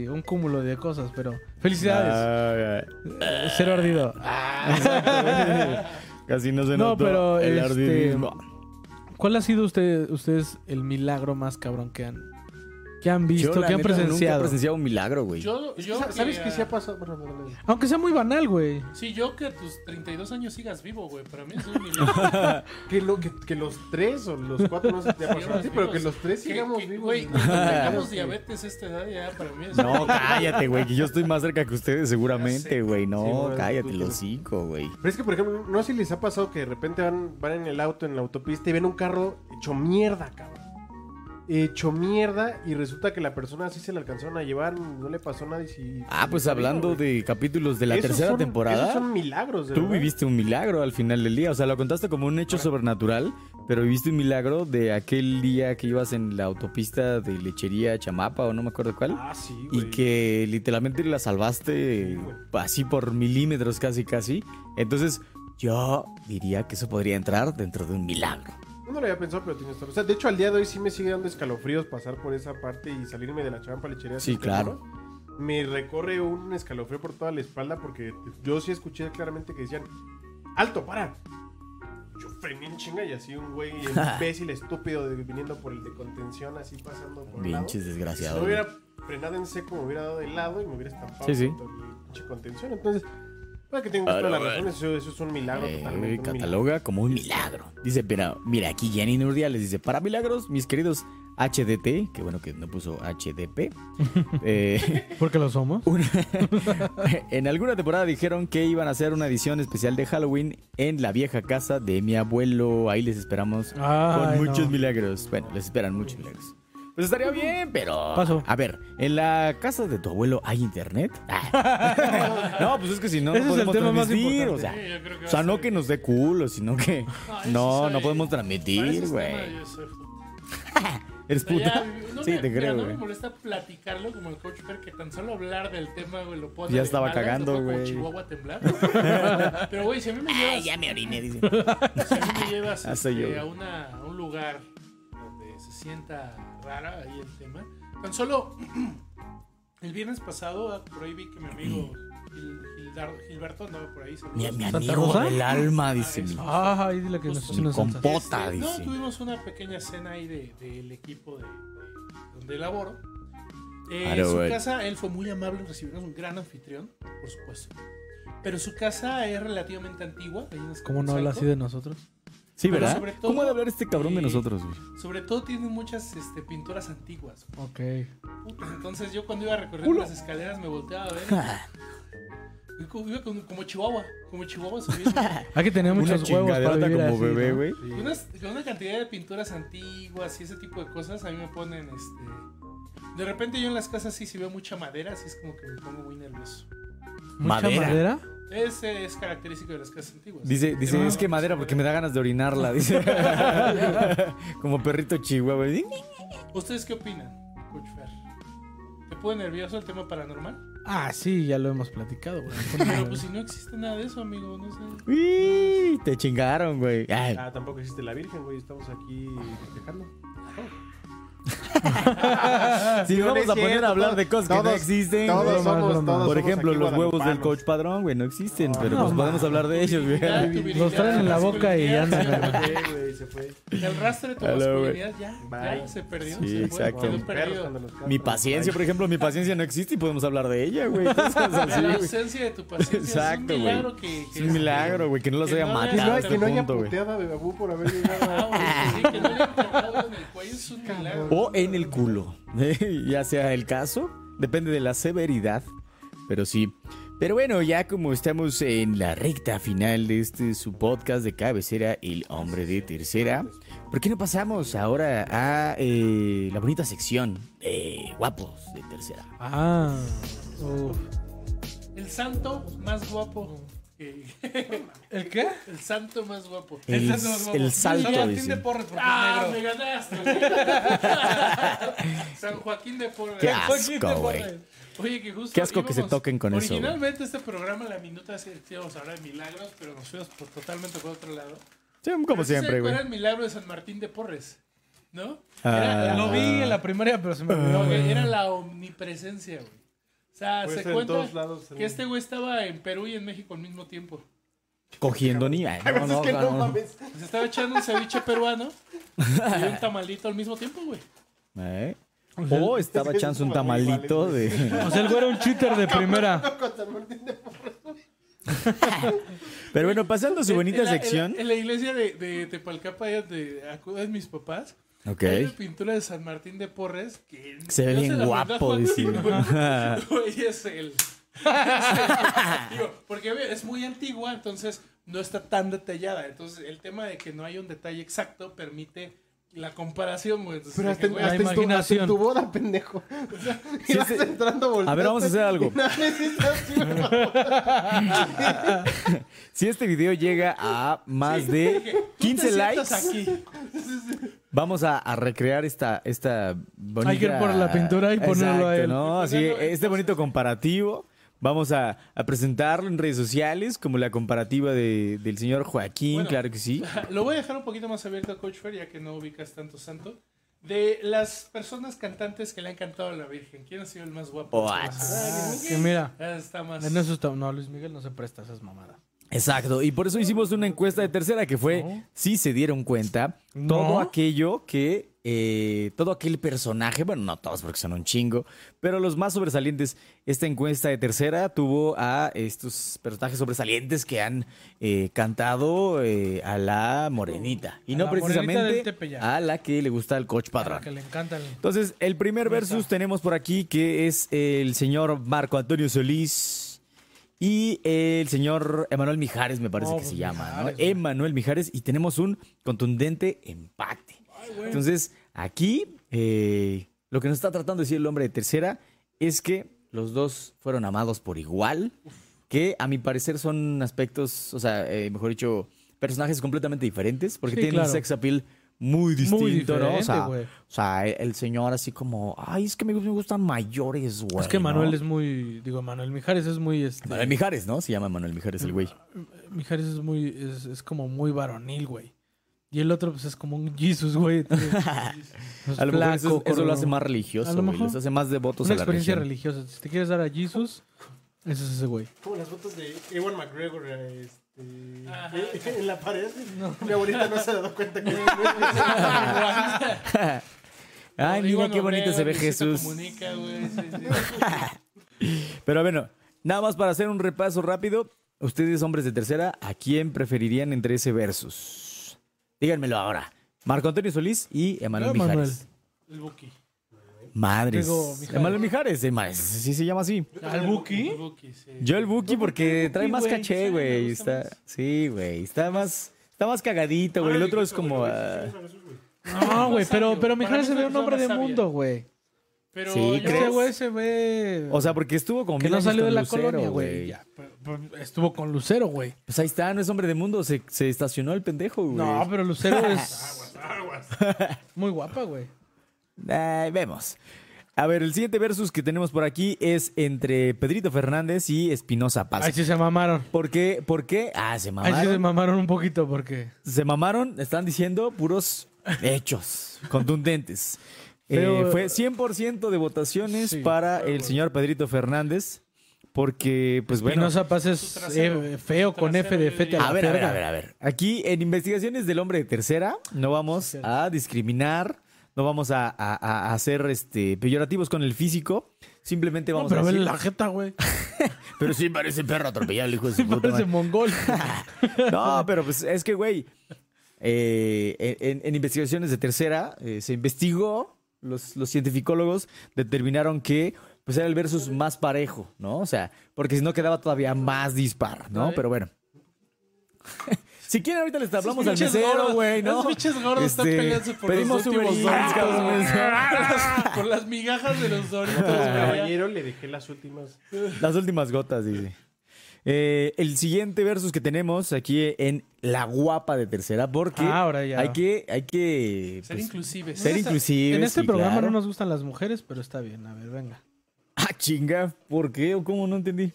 y un cúmulo de cosas, pero felicidades.
Ah, güey.
Ser ardido.
Ah,
Casi no se
No,
notó
pero,
el
este,
ardilismo.
¿Cuál ha sido usted, ustedes el milagro más cabrón que han que han visto,
la
que han
neta, Nunca he
presenciado?
presenciado un milagro, güey.
Yo,
Es que
yo
sa- ¿Sabes
que,
qué se
ah,
ha pasado? Bueno, no, no, no.
Aunque sea muy banal, güey.
Sí, yo que a tus 32 años sigas vivo, güey. Para mí es un milagro.
Que, lo, que, que los tres o los cuatro no se te ha pasado a ti,
Sigamos
pero que
vivos.
los tres
Que-
sigamos
que,
vivos.
Güey,
este y
que
nos
tengamos
mantengamos, güey.
diabetes a esta edad ya, para mí es
No, cállate, güey. Que yo estoy más cerca que ustedes,
Ya sé.
seguramente, güey.
Sí,
No,
bueno,
cállate,
tú
los
tienes-
cinco, güey.
Pero es que, por ejemplo, no sé si les ha pasado que de repente van, van en el auto, en la autopista y ven un carro hecho mierda, cabrón. Hecho mierda y resulta que la persona así se la alcanzaron a llevar, no le pasó nada y si...
Ah, pues hablando de capítulos de la
Esos
tercera
son- Esos
temporada.
son milagros, de
Tú
verdad.
viviste un milagro al final del día. O sea, lo contaste como un hecho sobrenatural, pero viviste un milagro de aquel día que ibas en la autopista de lechería a Chamapa o no me acuerdo cuál.
Ah, sí, güey.
Y que literalmente la salvaste
güey.
así por milímetros casi casi. Entonces yo diría que eso podría entrar dentro de un milagro.
No lo había pensado, pero tienes razón. O sea, de hecho, al día de hoy sí me sigue dando escalofríos pasar por esa parte y salirme de la champa lechería.
Sí, claro.
Me recorre un escalofrío por toda la espalda porque yo sí escuché claramente que decían: ¡Alto, para! Yo frené en chinga y así un güey imbécil, estúpido, de- viniendo por el de contención, así pasando por un lado.
Pinches
Si
desgraciado.
no
güey.
hubiera frenado en seco, me hubiera dado de lado y me hubiera estampado
Sí, sí.
contra el pinche contención. Entonces, Para que tengas todas las razones, eso, eso es un milagro
Eh,
totalmente. un milagro.
cataloga como un milagro. Dice, pero mira, aquí Jenny Nurdiales dice, para milagros, mis queridos HDT, que bueno que no puso HDP, eh,
Porque lo somos.
en alguna temporada dijeron que iban a hacer una edición especial de Halloween en la vieja casa de mi abuelo. Ahí les esperamos
Ay,
con muchos
no.
milagros. Bueno, les esperan muchos milagros. Pues estaría bien, pero...
Paso.
A ver, ¿en la casa de tu abuelo hay internet? Ah. no, pues es que si no, no
Ese es el
podemos
tema más
transmitir, o
importante.
sea...
Sí, yo creo
O
que va
sea,
a
no
ser-
que nos dé culo, sino que
Ah, eso
no,
sí
no
soy-
podemos
para
transmitir,
esos temas
güey.
yo soy puto.
¿Eres
O sea, ya,
puta?
no
sí,
me-
te
mira,
creo,
No me
güey.
molesta platicarlo como el coach Fer, que tan solo hablar del tema, güey, lo pone.
Ya
de
estaba
malas, lo
cagando,
pone como
güey.
Chihuahua a temblar. Pero, güey, si a mí me llevas,
ya me oriné, dice.
si a, mí me llevas
Ah, soy
este,
yo, güey.
a, una, a un lugar donde se sienta rara ahí el tema, tan solo el viernes pasado, ah, por ahí vi que mi amigo Gil- Gildardo- Gilberto andaba por ahí. saludos.
Mi, mi
¿Santa
amigo
Rosa?
del alma, dice. mi-
Ay, Ah, dile que
Pues,
nos
Justo.
echen una salsa.
Compota,
Este,
dice.
No, tuvimos una pequeña cena ahí del de, del equipo de, de- donde laboro. Eh,
Claro,
su
güey.
casa, él fue muy amable en recibirnos, un gran anfitrión, por supuesto. Pero su casa es relativamente antigua. ahí en
¿Cómo no habla así de nosotros?
Sí,
pero
¿verdad?
sobre todo-
¿Cómo ha de hablar este cabrón de
Sí.
nosotros, güey?
Escalco. Sobre todo tiene muchas este, pinturas antiguas.
Ok.
Puta, Entonces yo cuando iba recorriendo las escaleras me volteaba a ver. y como- Iba como, como Chihuahua, como Chihuahua subiendo.
Hay que tener muchos huevos para
chingaderota
vivir
como
así,
bebé,
¿no?
güey.
Y unas- Con una cantidad de pinturas antiguas y ese tipo de cosas, a mí me ponen este. De repente yo en las casas sí, si veo mucha madera, así es como que me pongo muy nervioso.
¿Mucha
Madera.
madera?
Ese es característico de las casas antiguas.
Dice, dice,
Pero-
es que madera porque me da ganas de orinarla, dice. Como perrito chihuahua. güey.
¿Ustedes qué opinan, Coach Fer? ¿Te pone nervioso el tema paranormal?
Ah, sí, ya lo hemos platicado, güey.
Pero pues si no existe nada de eso, amigo, no sé.
Uy, Te chingaron, güey. Ay,
Ah, tampoco existe la Virgen, güey. Estamos aquí festejando.
Si
no
nos vamos
es
a poner
cierto,
a hablar
todos-
de cosas que no
todos-
existen.
todos
güey.
somos- todos
Por
somos
ejemplo,
aquí
los huevos del
guadalupanos.
coach padrón, güey, no existen, pero
no,
pues podemos hablar de ellos, güey.
Ya, tu virilidad,
Los traen en la
tu
boca y
masculinidad,
andan.
sí,
Se fue, güey, se fue.
El rastro de tu
Hello,
masculinidad ya, ya
Bye.
se perdió.
Sí,
se fue,
exacto.
quedó
Los perros
perdido.
cuando los castran.
Mi paciencia, por ejemplo, mi paciencia no existe y podemos hablar de ella, güey. Entonces,
La
así, güey.
ausencia de tu paciencia
Exacto, güey.
es un milagro que, que
Es un milagro, güey, que no los
Que
haya
no
Que no,
matado.
haya-
a
hay-
este
que no haya
punto, güey.
puteada de Babú por haber llegado a-
Ah, güey, sí, que no le han clavado en el cuello es un milagro.
O en el culo. ya sea el caso, depende de la severidad, pero sí. Pero bueno, ya como estamos en la recta final de este su podcast de cabecera, El Hombre de Tercera, ¿por qué no pasamos ahora a eh, la bonita sección de Guapos de Tercera?
Ah. Uf.
El santo más guapo. que-
¿El qué?
El santo más guapo.
El-
santo más guapo.
el salto,
San Joaquín
dicen.
de Porres, porque ah, me ganaste. güey. San Joaquín de Porres.
Qué
San Joaquín
asco,
de
güey.
Porres. Oye, que justo.
Qué asco que se
íbamos-
toquen con eso, güey.
Originalmente este programa, la minuta, sí, íbamos a hablar de milagros, pero nos fuimos por, totalmente por otro lado.
Sí,
Pero
como
sí se
siempre, güey.
acuerdan el milagro de San Martín de Porres? ¿No?
Ah.
Lo vi en la primaria, pero se me olvidó.
No, güey, era la omnipresencia, güey. O sea,
Puede
se
ser en
cuenta
todos lados, en-
que este güey estaba en Perú y en México al mismo tiempo.
Cogiendo ni... ay, no, no,
que
no,
no
no.
mames.
Se estaba echando un ceviche peruano y un tamalito al mismo tiempo, güey.
¿Eh? O estaba
es que
echándose un
son como
tamalito
iguales,
de...
O sea, Pues el güey era un cheater de primera.
Con San Martín de Porres.
Pero bueno, pasando a su
En-
bonita
en la- en la-
sección...
En la iglesia de, de Tepalcapa, ahí donde acuden mis papás,
Ok.
hay una pintura de San Martín de Porres que
Se ve
yo
bien
la mandé a
guapo,
Juan
dice.
Diego, güey.
Ajá.
Güey, es él. Digo, porque ve, es muy antigua, entonces no está tan detallada. Entonces, el tema de que no hay un detalle exacto permite la comparación, güey. Entonces,
Pero
dije,
hasta, en-
güey,
hasta en tu- hasta en
imaginación.
tu boda, pendejo. O sea, ibas
sí.
entrando
A ver, vamos a hacer algo.
volteando.
Si este video llega a más de
tú te
15 likes,
sientas aquí.
vamos a, a recrear esta, esta bonita...
Hay que ir por la pintura y ponerlo a él.
¿no? Así,
Ponerlo,
este bonito comparativo, vamos a, a presentarlo en redes sociales como la comparativa de- del señor Joaquín,
Bueno.
claro que sí.
Lo voy a dejar un poquito más abierto a Coach Fer, ya que no ubicas tanto santo. De las personas cantantes que le han cantado a la Virgen, ¿quién ha sido el más guapo?
What?
Ah,
Que mira,
Está más.
en eso está. No, Luis Miguel no se presta a esas mamadas.
Exacto, y por eso hicimos una encuesta de tercera que fue si se dieron cuenta todo aquello que eh, todo aquel personaje, bueno, no todos porque son un chingo, pero los más sobresalientes. Esta encuesta de tercera tuvo a estos personajes sobresalientes que han eh, cantado eh, a la morenita y
A
no
la morenita del
precisamente
Tepeyac.
a la que le gusta el coach padrón.
Que le encantan.
Entonces, el primer versus tenemos por aquí que es el señor Marco Antonio Solís y el señor Emanuel Mijares, me parece
Oh,
que se
pues,
llama, ¿no?
Mijares, güey.
Emanuel Mijares y tenemos un contundente empate. Entonces, aquí eh, lo que nos está tratando de decir el hombre de tercera es que los dos fueron amados por igual, que a mi parecer son aspectos, o sea, eh, mejor dicho, personajes completamente diferentes, porque
Sí,
tienen
claro.
un sex appeal muy distinto, ¿no? O
diferente,
sea,
güey.
o sea, e- el señor así como, ay, es que me, me gustan mayores, güey.
Es que
¿no?
Manuel es muy. Digo, Manuel Mijares es muy. Este,
Manuel Mijares, ¿no? Se llama Manuel Mijares el güey.
Pues Mijares es muy. Es, es como muy varonil, güey. Y el otro, pues es como un Jesus, güey.
A lo mejor eso, eso lo hace más
A
religioso,
lo
güey.
mejor.
Los hace más devotos
Una
a la
experiencia
religión.
religiosa. Si te quieres dar a Jesus, ese es ese güey.
Como las fotos de Ewan McGregor
eh,
este, en la pared. Mi abuelita no se ha dado cuenta que
Ay, mira
Igual
qué
no
bonito
veo,
se ve
Luisito
Jesús.
Comunica, güey, sí, sí.
Pero bueno, nada más para hacer un repaso rápido. Ustedes, hombres de tercera, ¿a quién preferirían entre ese versus? Díganmelo ahora. Marco Antonio Solís y Emanuel
No,
Mijares.
Ah, Manuel.
El Buki.
Madres.
Digo, Mijares.
Emanuel Mijares, eh, ma- sí se llama así.
¿Al Buki?
El Buki, sí.
Yo el Buki porque trae más
güey. Sí,
caché,
me
güey.
gusta
Está, sí, güey. Está más, está más cagadito, güey. El otro es como. ah,
No, güey, pero,
Para
pero
mí
Mijares se
es
ve
una
un hombre de
persona sabia.
mundo, güey.
Pero
Sí,
yo-
Ese güey se ve.
o sea, porque estuvo con
que
mil
no
años
salió de
con
la
Lucero,
colonia, güey. Ya, pero- pero Estuvo con Lucero, güey.
Pues ahí está, no es hombre de mundo. Se, se estacionó el pendejo, güey.
No, pero Lucero es. Muy guapa, güey.
Ahí vemos. A ver, el siguiente versus que tenemos por aquí es entre Pedrito Fernández y Espinosa Paz.
Ahí sí se mamaron.
¿Por qué? ¿Por qué? Ah, se
Ahí sí se
mamaron.
mamaron un poquito porque.
Se mamaron, están diciendo puros hechos contundentes. Eh,
Pero-
fue 100% de votaciones
Sí.
para el señor Pedrito Fernández. Porque, pues bueno.
Espinosa Paz es
trasero,
eh, feo
su
con F
trasero,
de
yo
fete a
diría.
la
A ver, a ver,
verga.
a ver, a ver. Aquí en investigaciones del hombre de tercera no vamos a discriminar, no vamos a, a- a- a ser este, peyorativos con el físico, simplemente
No,
vamos
pero
a
vele
decir...
la jeta, güey.
Pero sí parece perro atropellado el hijo de su puta
Parece
madre.
mongol.
No, pero pues es que, güey, eh, en, en investigaciones de tercera eh, se investigó, los, los cientificólogos determinaron que pues era el versus más parejo, ¿no? O sea, porque si no quedaba todavía más dispar, ¿no? Pero bueno. Si quieren, ahorita les hablamos al
pinches
mesero,
gordos,
güey, ¿no? Este,
esos pinches gordos están peleándose por los
pedimos
últimos
Uber Eats,
doritos,
cabrón,
güey.
eso.
Por las migajas de los doritos,
Ah.
güey.
Caballero, le dejé las últimas.
Las últimas gotas, dice. Eh, el siguiente versus que tenemos aquí en La Guapa de Tercera, porque
Ah, ahora ya.
hay que, hay que
Ser
pues,
inclusives.
ser inclusives,
En este
sí,
programa
claro.
no nos gustan las mujeres, pero está bien. A ver, venga.
Ah, chinga, ¿por qué o cómo? No entendí.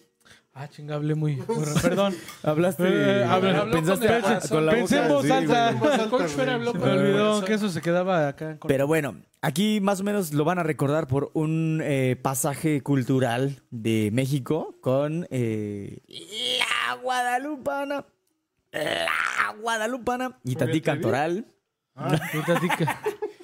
Ah, chinga, hablé muy. muy raro. Perdón.
Hablaste.
Eh, habla-
habló
pensaste
con el
con,
corazón.
la boca,
Pensé en voz
sí,
alta.
güey.
El coach Fer Pues habló
Se
con
me
el
olvidó
corazón.
que eso se quedaba acá en corto.
Pero bueno, aquí más o menos lo van a recordar por un eh, pasaje cultural de México con eh, la Guadalupana. La Guadalupana y Tati Cantoral. Ah.
Y Tatica.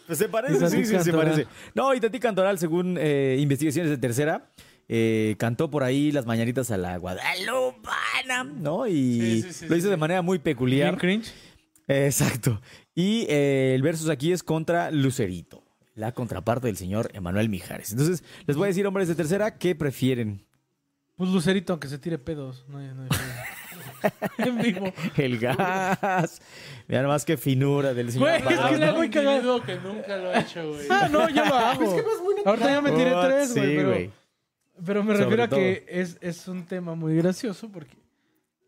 Pues se
Y
parece,
Tati
sí, sí, se
Cantoral.
parece. No, y Tati Cantoral, según eh, investigaciones de tercera, eh, cantó por ahí las mañanitas a la Guadalupana, ¿no? Y
Sí, sí, sí,
lo hizo
sí.
de manera muy
Bien
peculiar.
cringe.
Exacto. Y eh, el versus aquí es contra Lucerito, la contraparte del señor Emanuel Mijares. Entonces, les voy a decir, hombres de tercera, ¿qué prefieren?
Pues Lucerito, aunque se tire pedos. No, hay- no hay pedo. en vivo.
El gas. Vean más que finura del señor.
Güey, es que
Barrón,
la
¿no?
Habla un
muy cagado.
individuo que nunca lo ha hecho, güey.
Ah, no, yo lo hago. Ahorita ya me tiré
What?
tres, güey.
Oh, Sí,
pero-
güey.
Pero me
Sobre
refiero a
todo.
que es, es un tema muy gracioso porque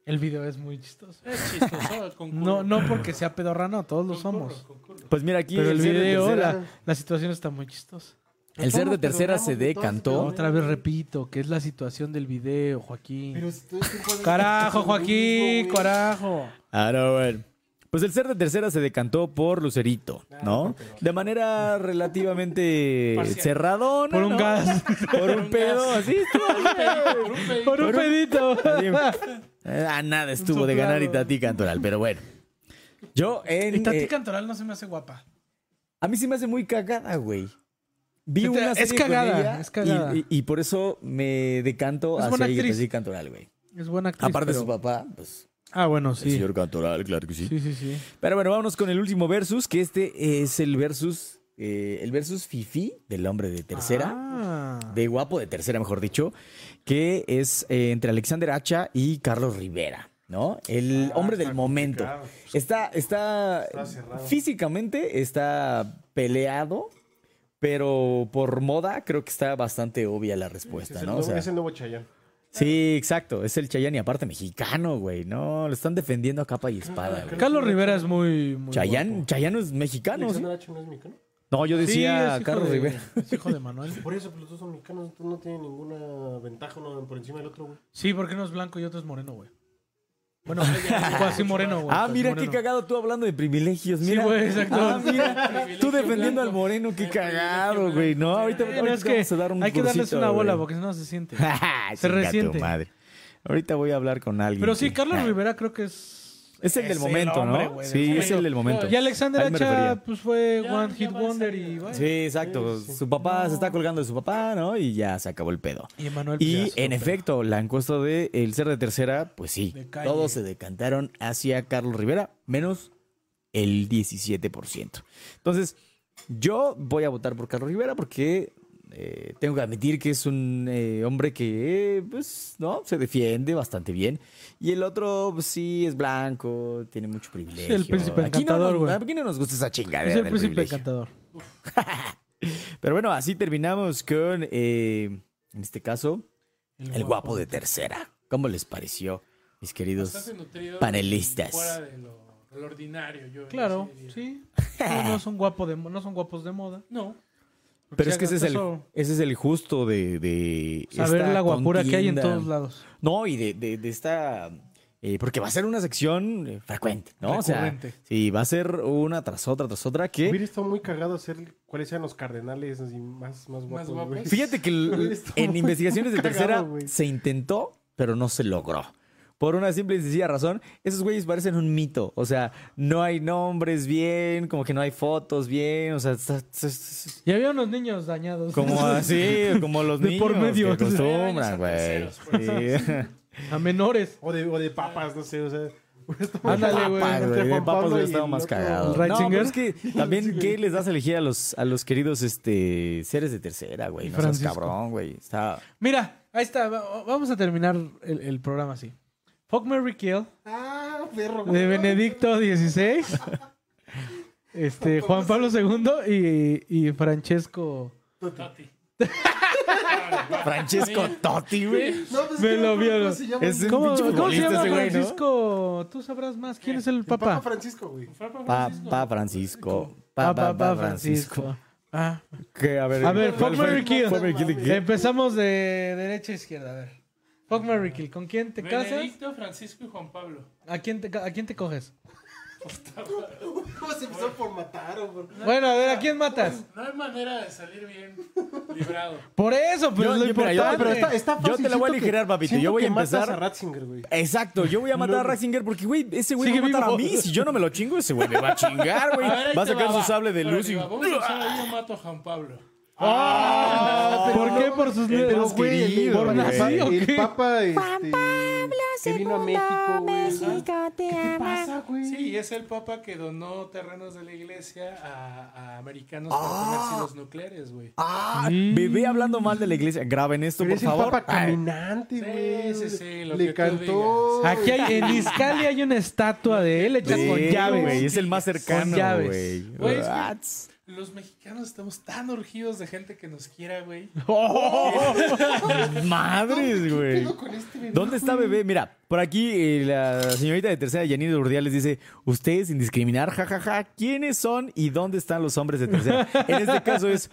el video es muy chistoso.
Es chistoso, concurro.
No, no porque sea pedorrano, todos lo
Concurro,
somos.
concurro.
Pues mira, aquí
Pero el
ser de
video,
tercera-
la, la situación está muy chistosa.
el ser de tercera se decantó.
Otra vez repito, que es la situación del video, Joaquín.
Pero si todo el tiempo haces-
Carajo, Joaquín, carajo.
Ah, no, bueno. Pues el ser de tercera se decantó por Lucerito, ¿no? De manera relativamente
Parcial.
cerradona.
Por un
¿no?
gas.
Por un pedo, así estuvo.
Por un pedito.
Por un pedito.
Eh, A nada estuvo de ganar Itatí Cantoral, pero bueno. Yo en.
Y Tati
eh,
Cantoral no se me hace guapa.
a mí se me hace muy cagada, güey. Vi
Es
una
Este, es
serie con
cagada,
ella
es cagada.
Y, y- y por eso me decanto
Es buena
hacia
actriz.
Itatí Cantoral, güey.
Es buena actriz.
Aparte de
pero-
su papá, pues.
Ah, bueno, sí.
Cantoral, claro que
Sí, sí, sí.
Pero bueno, vámonos con el último versus, que este es el versus. eh, el versus Fifi del hombre de tercera.
Ah.
de guapo de tercera, mejor dicho, que es eh, entre Alexander Hacha y Carlos Rivera, ¿no? El
Ah,
hombre del momento. Está, está, físicamente está peleado, pero por moda creo que está bastante obvia la respuesta,
Es el,
¿no? O
nuevo,
sea,
es el nuevo Chayanne.
sí, exacto, es el Chayanne y aparte mexicano, güey, no, lo están defendiendo a capa y espada, güey.
Carlos Rivera es muy. muy
Chayán,
guapo.
Chayano es mexicano, Ah, ¿sí?
Alexander H. no es mexicano.
No, yo
Sí,
decía
es hijo
Carlos
de-
Rivera.
Es hijo de Manuel.
Por eso, pues los dos son mexicanos, entonces no tienen ninguna ventaja uno por encima del otro, güey.
Sí, porque uno es blanco y otro es moreno, güey. Bueno, o así moreno, güey.
Ah,
así
mira qué
moreno.
cagado tú hablando de privilegios,
Sí,
mira.
güey, exacto.
Ah, mira. tú
Privilegio
defendiendo
blanco.
al moreno, qué
El privilegio
cagado,
blanco.
güey. No, ahorita,
Eh,
Pero
ahorita
es que
vamos a dar un
hay que darles
cursito,
una
güey.
bola
Ah,
porque si no se siente.
Chinga tu
resiente.
madre. Ahorita voy a hablar con alguien.
Pero sí,
que-
Carlos
Ah,
Rivera creo que es.
Es el del
es
momento,
hombre,
¿no?
güey, del
sí, es
momento.
el del momento.
Y Alexander
Ahí me
Hacha,
refería.
pues fue
Ya-
One
ya
Hit
va a
Wonder
salir.
y. bueno.
Sí, exacto. Su papá se está colgando de su papá, ¿no? Y ya se acabó el pedo.
Y Emanuel
Y
Piazza,
en
pero-
efecto, la encuesta de El Ser de Tercera, pues sí,
De calle.
todos se decantaron hacia Carlos Rivera, menos el 17%. Entonces, yo voy a votar por Carlos Rivera porque eh, tengo que admitir que es un eh, hombre que, eh, pues, ¿no? Se defiende bastante bien. Y el otro, pues, sí, es blanco, tiene mucho privilegio.
el príncipe
Aquí no
encantador,
nos-
güey.
Aquí no nos gusta esa chingadera
Es el
del
príncipe
privilegio.
encantador.
Pero bueno, así terminamos con, eh, en este caso, el, guapo. de tercera. ¿Cómo les pareció, mis queridos?
Bastante nutrido.
panelistas.
y Fuera de lo, de lo ordinario, yo. yo
Claro,
diría.
sí. No, no son guapo de, mo- no son guapos de moda.
No.
Porque
Pero es
se
que ese es, el,
agarró
ese es el justo de... de
eso. Saber
esta
la guapura que hay en
contienda.
todos lados.
No, y de, de- de esta... eh, porque va a ser una sección eh, frecuente, ¿no? O
Recurrente.
sea, sí, va a ser una tras otra, tras otra, que...
Hubiera estado muy cagado hacer cuáles eran los cardenales así más, más guapos,
guapos.
güey.
Fíjate que l-
Hubiera estado
en investigaciones de
cagado,
tercera
güey.
se intentó, pero no se logró. Por una simple y sencilla razón, esos güeyes parecen un mito. O sea, no hay nombres bien, como que no hay fotos bien, o sea, está- está- está-
Y había unos niños dañados.
Como así, como los
De
niños
por medio.
que acostumbran,
Daños a
güey.
terceros, por
Sí.
A menores.
O de, o de papas, no sé, o sea.
Ándale,
Papas,
güey.
güey.
Entre
De
Juan
papas
Pablo
hubiera
y
estado
el
más
otro.
cagado.
¿El
No, pero
Ratzinger?
es que también, ¿qué les das a elegir a los, a los queridos este, seres de tercera, güey? No seas
Francisco.
cabrón, güey. Está...
Mira, ahí está. va- Vamos a terminar el, el programa así. Fuck Mary Kill
Ah, perro.
de Benedicto XVI. Este, Juan Pablo II y, y Francesco.
Tati.
Francesco Totti, güey.
No, pues,
Me
que no
lo
me acuerdo
viola.
cómo se llama.
Es un
¿Cómo,
Este pinche
cómo se
futbolista
llama
ese güey, ¿no?
Francisco? Tú sabrás más. ¿Quién es el
El Papa
papá?
Francisco, güey.
Pa, pa Francisco. Pa, pa, pa, Francisco.
Ah.
Que, A ver,
A ver,
¿cuál
fuck,
fue?
marry, kill.
Fuck, marry, kill, ¿de qué?
Empezamos de derecha a izquierda, a ver. Fuck, marry, kill. ¿Con quién te casas?
Benedicto, Francisco y Juan Pablo.
¿A quién te, ca- a quién te coges?
¿Cómo se empezó por matar o por.?
Bueno, a ver, ¿a quién matas?
No hay manera de salir bien librado.
Por eso, pues
Yo-
lo
yo- mira, yo-
importante.
pero está- Yo te la voy a aligerar,
ligerar,
papito. Yo voy a empezar.
a Ratzinger, güey.
Exacto, yo voy a matar a Ratzinger porque, güey, ese güey
Sigue
va a matar a
vivo.
mí. Si yo no me lo chingo, ese güey me va a chingar, güey.
ver, ahí
Va a
te
sacar su sable de
Órale,
luz y...
va, Vamos a empezar ahí, yo mato a Juan Pablo.
Ah, ¿Por qué? Por sus
Pero,
dedos.
Eh, güey, Ah, el-
¿Por
el-
nazi o
El
qué?
Papa, este. Que vino a México, güey.
¿Qué pasa, güey? Sí, es el papa que donó terrenos de la iglesia a, a americanos para tener silos nucleares, güey.
Ah, bebé hablando mal de la iglesia. Graben esto,
Pero
por
es el
favor. ah.
Papa caminante, güey.
sí, sí, lo
Le
que tú
cantó.
Ah,
Aquí hay, en Iscali hay una estatua de él hecha
Sí,
con
güey,
llaves.
es el más cercano,
Con llaves.
güey.
Güey, es que-
Ats.
Los mexicanos estamos tan urgidos de gente que nos quiera, güey.
Madres, güey.
Con este,
¿Dónde está bebé? Mira, Por aquí eh, la señorita de tercera, Yanida Urdiales, dice: Ustedes sin discriminar, jajaja, ¿quiénes son y dónde están los hombres de tercera? En este caso es: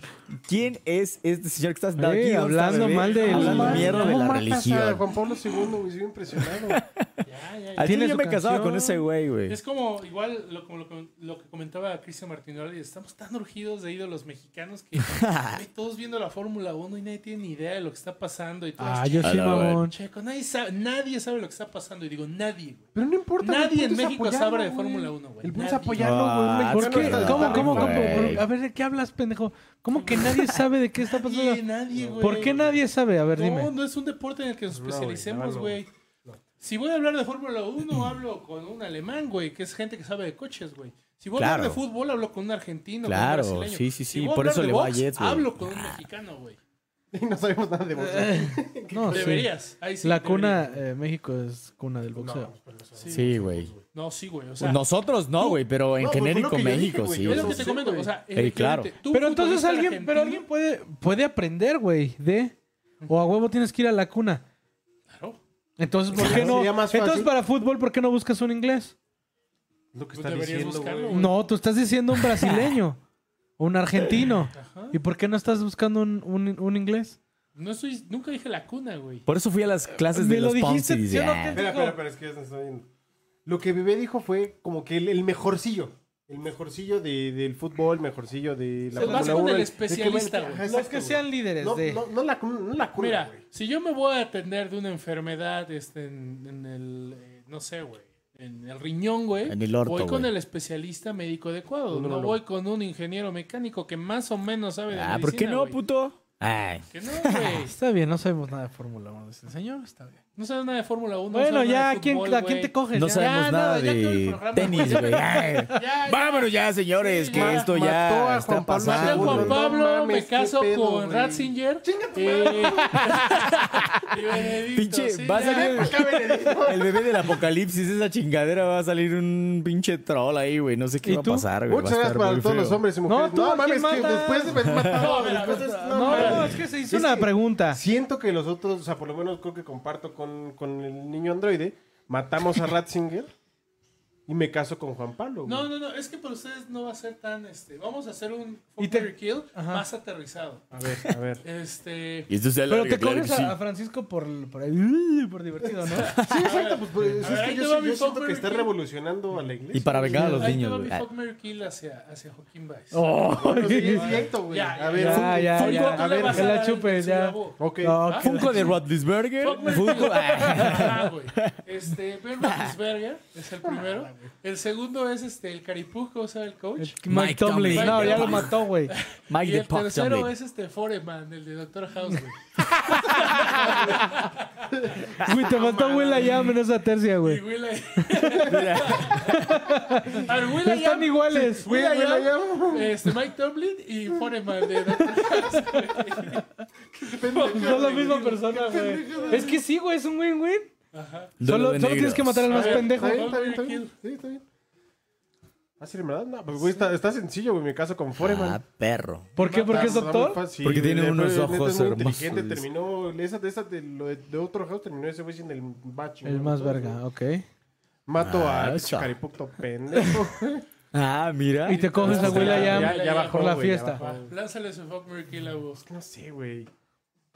¿quién es este señor que estás
Eh, hablando mal de-
hablando
no,
mierda de la religión?
Juan Pablo II, güey, estoy impresionado.
Ya, ya, ya.
Al chile
Tiene
yo
su
me casaba
canción.
con ese güey, güey.
Es como igual lo, como lo, que- lo que comentaba Cristian Martinoli, estamos tan urgidos de ídolos mexicanos que güey, todos viendo la Fórmula 1 y nadie tiene ni idea de lo que está pasando. Y todos,
Ah, yo sí,
A la
mamón.
Checo, nadie sabe, nadie sabe lo que está pasando. Y digo, nadie, güey.
Pero no importa. güey, el
Nadie en
punto es
México
apoyarlo,
sabe de
güey.
Fórmula 1, güey.
El punto es
Nadie.
apoyarlo, güey. un
Ah,
¿Por
mexicano
qué?
está de
¿Cómo,
tarde,
cómo, cómo?
güey.
A ver, ¿de qué hablas, pendejo? ¿Cómo que nadie sabe de qué está pasando?
Nadie, nadie, güey.
Pues, ¿Por qué nadie sabe? A ver,
No,
dime.
no es un deporte en el que nos
güey,
especialicemos,
no,
güey. Si voy a hablar de Fórmula 1, hablo con un alemán, güey, que es gente que sabe de coches, güey. Si voy a hablar de
Claro.
fútbol, hablo con un argentino.
Claro,
con un brasileño.
sí, sí, sí,
Si voy a
por
hablar
eso
de
le va a
box,
Jets, güey.
Hablo con un mexicano, güey.
Y no sabemos nada de boxeo.
Eh.
No, sí.
Deberías. Ahí sí,
La
deberías.
cuna, eh, México es cuna del boxeo.
Sí, güey.
No, sí, güey. O sea,
Nosotros Pues no, güey, pero en
No, pues, fue
genérico
lo que yo dije,
México
güey,
sí.
yo
es lo
eso
que te
sí,
comento.
güey.
O sea,
Ey, claro.
efectivamente, tú,
Pero entonces
futbolista
alguien, pero alguien
argentino,
puede, puede aprender, güey, de o a huevo tienes que ir a la cuna.
claro,
Entonces, ¿por qué
Claro,
no?
sería más fácil.
Entonces, para fútbol, ¿por qué no buscas un inglés?
Lo que
Pues deberías buscarlo, güey.
No, tú estás diciendo un brasileño, un argentino. ¿Y por qué no estás buscando un, un- un inglés?
No estoy, nunca dije la cuna, güey.
Por eso fui a las clases
Me
de
lo
los
dijiste,
Ponzis,
yo no
ya.
te-
Espera, espera, espera, es que ya se está yendo. Lo que Bebé dijo fue como que el, el mejorcillo. El mejorcillo de- del fútbol, mejorcillo de la
Se vas
Fórmula
con
1,
el
de que-
especialista,
ajá,
güey.
exacto,
Los que
güey.
sean líderes
No,
de...
no, no la, cun- no la cuna,
Mira,
güey.
si yo me voy a atender de una enfermedad este, en, en el, eh, no sé, güey, en el riñón, güey,
En el orto,
voy con
güey.
el especialista médico adecuado.
No,
No,
no, no.
voy con un ingeniero mecánico que más o menos sabe de
Ah, ¿por qué
medicina,
no,
güey.
puto? Ay.
Que no, güey.
Está bien, no sabemos nada de Fórmula 1. dice el señor está bien.
No sabes nada de Fórmula 1.
Bueno, ya, ¿a quién, ¿a quién te coges?
No
Ya.
sabemos
no,
nada
ya acabó el
de
programa.
tenis, güey. Ay.
Ya, ya.
Vámonos ya, señores,
Sí,
que
ya.
esto
Mató
ya
a
está
Juan Pablo
Maté a
pasando.
Juan
No
Pablo,
mames,
me caso
qué pedo,
con
güey.
Ratzinger.
Chinga tu
Eh, y Benedicto,
Pinche,
sí,
va a
ya.
salir el bebé del apocalipsis, esa chingadera, va a salir un pinche troll ahí, güey. No sé qué
¿Y
va a
tú?
pasar, güey. va a
Muchas gracias
estar
para
muy
todos
feo.
los hombres y mujeres.
No, tú,
No,
¿a
mames,
quién
que
mata?
después de
No, a ver, a ver,
después-
no,
No,
no, mames.
es que se hizo
Es
una
que-
pregunta.
Siento que los otros, o sea, por lo menos creo que comparto con, con el niño androide. Matamos a Ratzinger y me caso con Juan Pablo. güey.
No, no, no, es que para ustedes no va a ser tan este. Vamos a hacer un
Y
y
te-
Kill
Ajá.
más aterrizado.
A ver, a ver.
Este.
Y esto se
Pero
alarga,
te
claro
coges
que sí.
a, a Francisco por, por, uy, por divertido, ¿no?
Sí, exacto. Pues, pues,
A
es
ver,
que
ahí
yo,
te
sí-
va mi
yo siento
Fuck
que está
Mary Kill.
revolucionando a la iglesia.
Y para vengar a los
Ahí te
niños,
va mi
güey. Ah,
Fuck Mary Kill hacia, hacia Joaquín Baez.
No, sí, es directo, güey.
Ya,
A ver,
ya,
Funko,
ya,
Funko,
ya.
Tú
a
le
ver.
vas
que la
dar al
chupe,
que se
ya.
grabó.
Ok.
No,
Ah, Funko de Rodlisberger.
Fuck Mary
Funko.
Kill.
ah.
Ajá, güey. Este, Ben Roethlisberger es el primero. El segundo es este, el Caripú, que usa el coach.
Mike, Tomlin.
Tomlin.
No, ya lo mató, güey.
Mike
Y
the
el
Puck
tercero
Tomlin.
es este Foreman, el de Doctor House, güey.
Güey, te mató Will I Am en esa tercia,
Y
güey.
Will I- A ver, Will I
Están
Am-
iguales.
Will I
Will I
Am, este, Mike Tomlin y Foreman de Doctor House.
Son la misma persona, güey. Es que sí, güey, es un win-win. Solo,
de
solo tienes
negros.
que matar al más
A ver,
pendejo.
Está bien,
Fuck Mary
está bien, está
Kill.
bien. Sí, está bien. Ah, sí, de verdad, no, pues, güey, está, está sencillo, güey. Me caso con Foreman.
Ah, perro.
¿Por qué? ¿Porque es
Está muy
doctor?
fácil,
Porque
güey,
tiene
de-
unos
neta, es
ojos
muy
hermosos.
inteligente, terminó. Esa, de, esa de, lo de, de otro house terminó ese güey sin el bacho.
El más verga, ok.
Mato
Ah,
a
eso.
Caripucto pendejo.
Ah, mira.
Y te coges a Will I Am.
ya, ya bajó
por la
güey, ya
fiesta.
bajó.
Lánzale su Fuck Mary Kill a vos.
No sé, güey.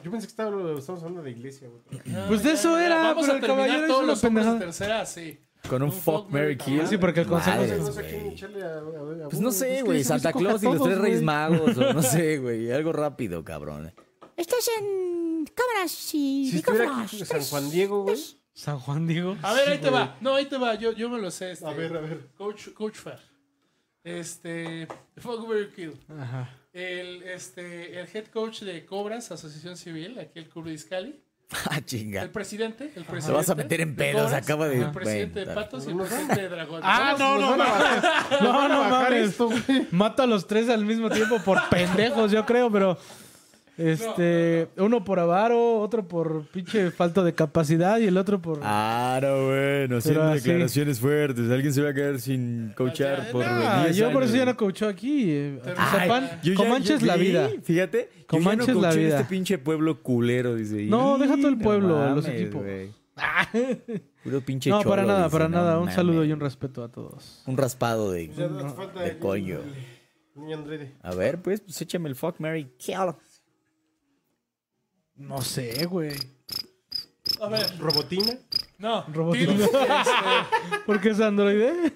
Yo pensé que estaba- estábamos hablando de iglesia, güey.
Pues de eso era,
Vamos
pero
a
el
terminar
caballero hizo
todos
una
los hombres de
pendejada.
tercera, sí.
Con un fuck, Mary kill.
Sí, porque el consejo
Madres,
No sé a quién
güey.
echarle a- a- a-
Pues no
Es
sé,
que
güey.
ese
Santa
güey se
Claus y
coge a
los tres
todos,
reyes
güey.
magos. O no sé, güey. Algo rápido, cabrón.
Estás en cámaras y
Si estuviera aquí San Juan Diego, güey.
Pues,
San Juan Diego.
A ver, ahí te va. No, ahí te va. Yo, yo me lo sé. Este,
A ver, a ver.
Coach, Coach Fair. Este. Fuck Mary Kill.
Ajá.
El, este, el head coach de Cobras, Asociación Civil, aquí el Club de Iscali.
Ah, chinga.
El presidente. El presidente.
vas a meter en
de
pedos,
Cobras,
acaba de-
El presidente de
Bueno,
Patos y el presidente de Dragón.
Ah, no, no, mames. no, no mames.
esto, güey.
Mato a los tres al mismo tiempo por pendejos, yo creo, pero. Este, uno por avaro, otro por pinche falta de capacidad y el otro por.
Ah, no, bueno. Haciendo
Pero así.
declaraciones fuertes. Alguien se va a quedar sin coachar por.
Ah,
10
yo por
años,
eso ya
güey.
no coacho aquí. eh,
Ay,
Zapan,
yo ya-
Comanche es
yo-
la
sí,
vida.
Fíjate, Comanche
Comanche es la
la vida.
vida.
este pinche pueblo culero, dice.
No,
Y
deja todo el pueblo,
mames,
los equipos.
güey. Puro pinche
No,
cholo,
para nada,
dice,
para
no
nada. Un
mames.
saludo y un respeto a todos.
Un raspado de.
Ya no hace falta
de
el-
coño.
el Niño Andrede.
A ver, pues, pues échame el fuck Mary Kill.
No sé, güey.
A ver,
Robotina.
no.
Robotito.
digo, este,
¿Por qué es eh? androide?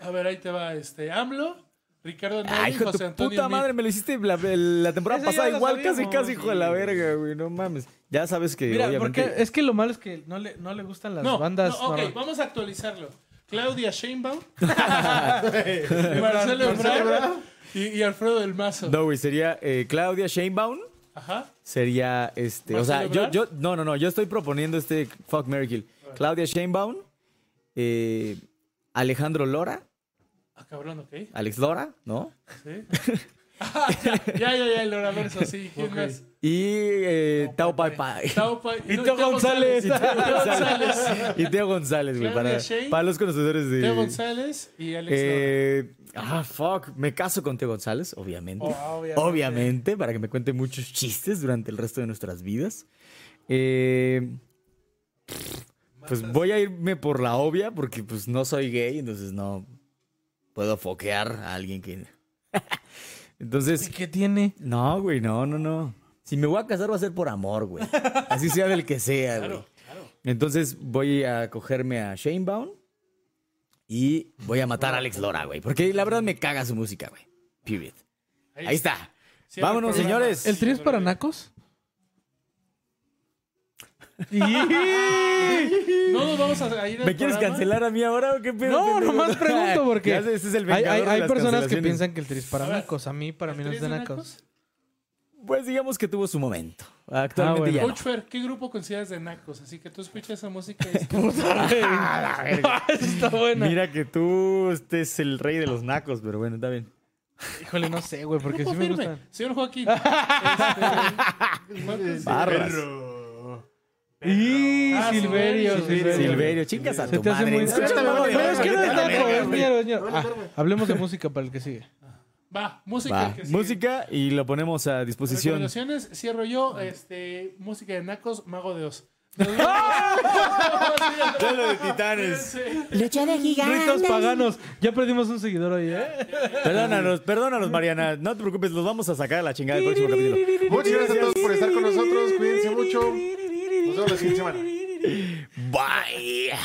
a ver, ahí te va este AMLO, Ricardo Neri,
Ay, Ah, hijo de
José
tu
Antonio
puta
Meade.
madre, me lo hiciste la, la temporada
Ese ya
pasada
lo
igual, casi,
sabíamos,
casi, hijo de la verga, güey, no mames. Ya sabes que,
Mira,
obviamente.
porque es que lo malo es que no le, no le gustan las
No,
bandas.
no, ok,
normal-
vamos a actualizarlo. Claudia Sheinbaum, Marcelo Ebrard y, y Alfredo del Mazo.
No, güey, sería eh, Claudia Sheinbaum.
Ajá.
Sería este. O sea,
¿Marcelo
yo,
Ebrard?
yo. No, no, no. Yo estoy proponiendo este Fuck Mary Kill. Claudia Sheinbaum. eh, Alejandro Lora.
Ah, cabrón, ok.
Alex Lora, ¿no?
Sí. Ah, ya, ya, ya, ya, el Oraverso, sí. ¿Quién más?
Y eh, Tao Pai Pai.
Tao Pa-
Y
no,
Teo González.
Y Teo González.
Y Teo González, güey.
Claudia
Para,
Sheinbaum.
para los conocedores de.
Teo González y Alex
Eh, ah, fuck. Me caso con Teo González, obviamente.
Oh, obviamente.
obviamente. para que me cuente muchos chistes durante el resto de nuestras vidas. Eh, pues voy a irme por la obvia, porque pues no soy gay, entonces no puedo foquear a alguien que. entonces,
¿Qué tiene?
no, güey, no, no, no. Si me voy a casar va a ser por amor, güey. Así sea del que sea, güey. Entonces voy a cogerme a Shane Baum y voy a matar a Alex Lora, güey. Porque la verdad me caga su música, güey. Period.
Ahí
Ahí está.
Cierra el
Vámonos,
programa.
señores.
¿El trío es para nacos? ¡Ih!
No nos vamos a ir al
¿Me quieres
programa.
cancelar a mí ahora o qué pedo?
no,
pendejo?
nomás pregunto porque
Ya sé, ese es el
hay,
vengador
hay-
de
hay
las
personas que
cancelaciones.
piensan que el trío es para
A ver,
nacos. A mí, para mí no es de nacos.
Pues digamos que tuvo su momento. Actualmente
Ah, bueno.
ya no.
Coach Fer, ¿qué grupo consideras de nacos? Así que tú escuchas esa música y Ah,
Está buena.
Mira que tú este es el rey de los nacos, pero bueno, está bien.
Híjole, no sé, güey, porque sí me
Firme.
gustan.
Señor Joaquín. este, ¿cuántos-
Barras. Pues,
¡Y
Ah,
Silverio!
Silverio.
Silverio, chingas a
Se
tu
te hace
madre.
muy...
Escúchame,
Bueno,
güey.
es que no es
Vete a la
naco,
verga,
es
güey.
ñero, es ñero. Ah, Hablemos de música para el que sigue.
Va, música.
Va,
que sigue.
música y lo ponemos a disposición.
Recomendaciones, cierro yo. Este, música de nacos, mago de Oz.
Duelo de titanes.
Lucha de gigantes.
Ritos paganos. Ya perdimos un seguidor hoy, ¿eh?
Perdónanos, perdónanos, Mariana. No te preocupes, los vamos a sacar a la chingada del próximo capítulo.
Muchas gracias a todos por estar con nosotros. Cuídense mucho. Nos vemos la siguiente semana.
Bye.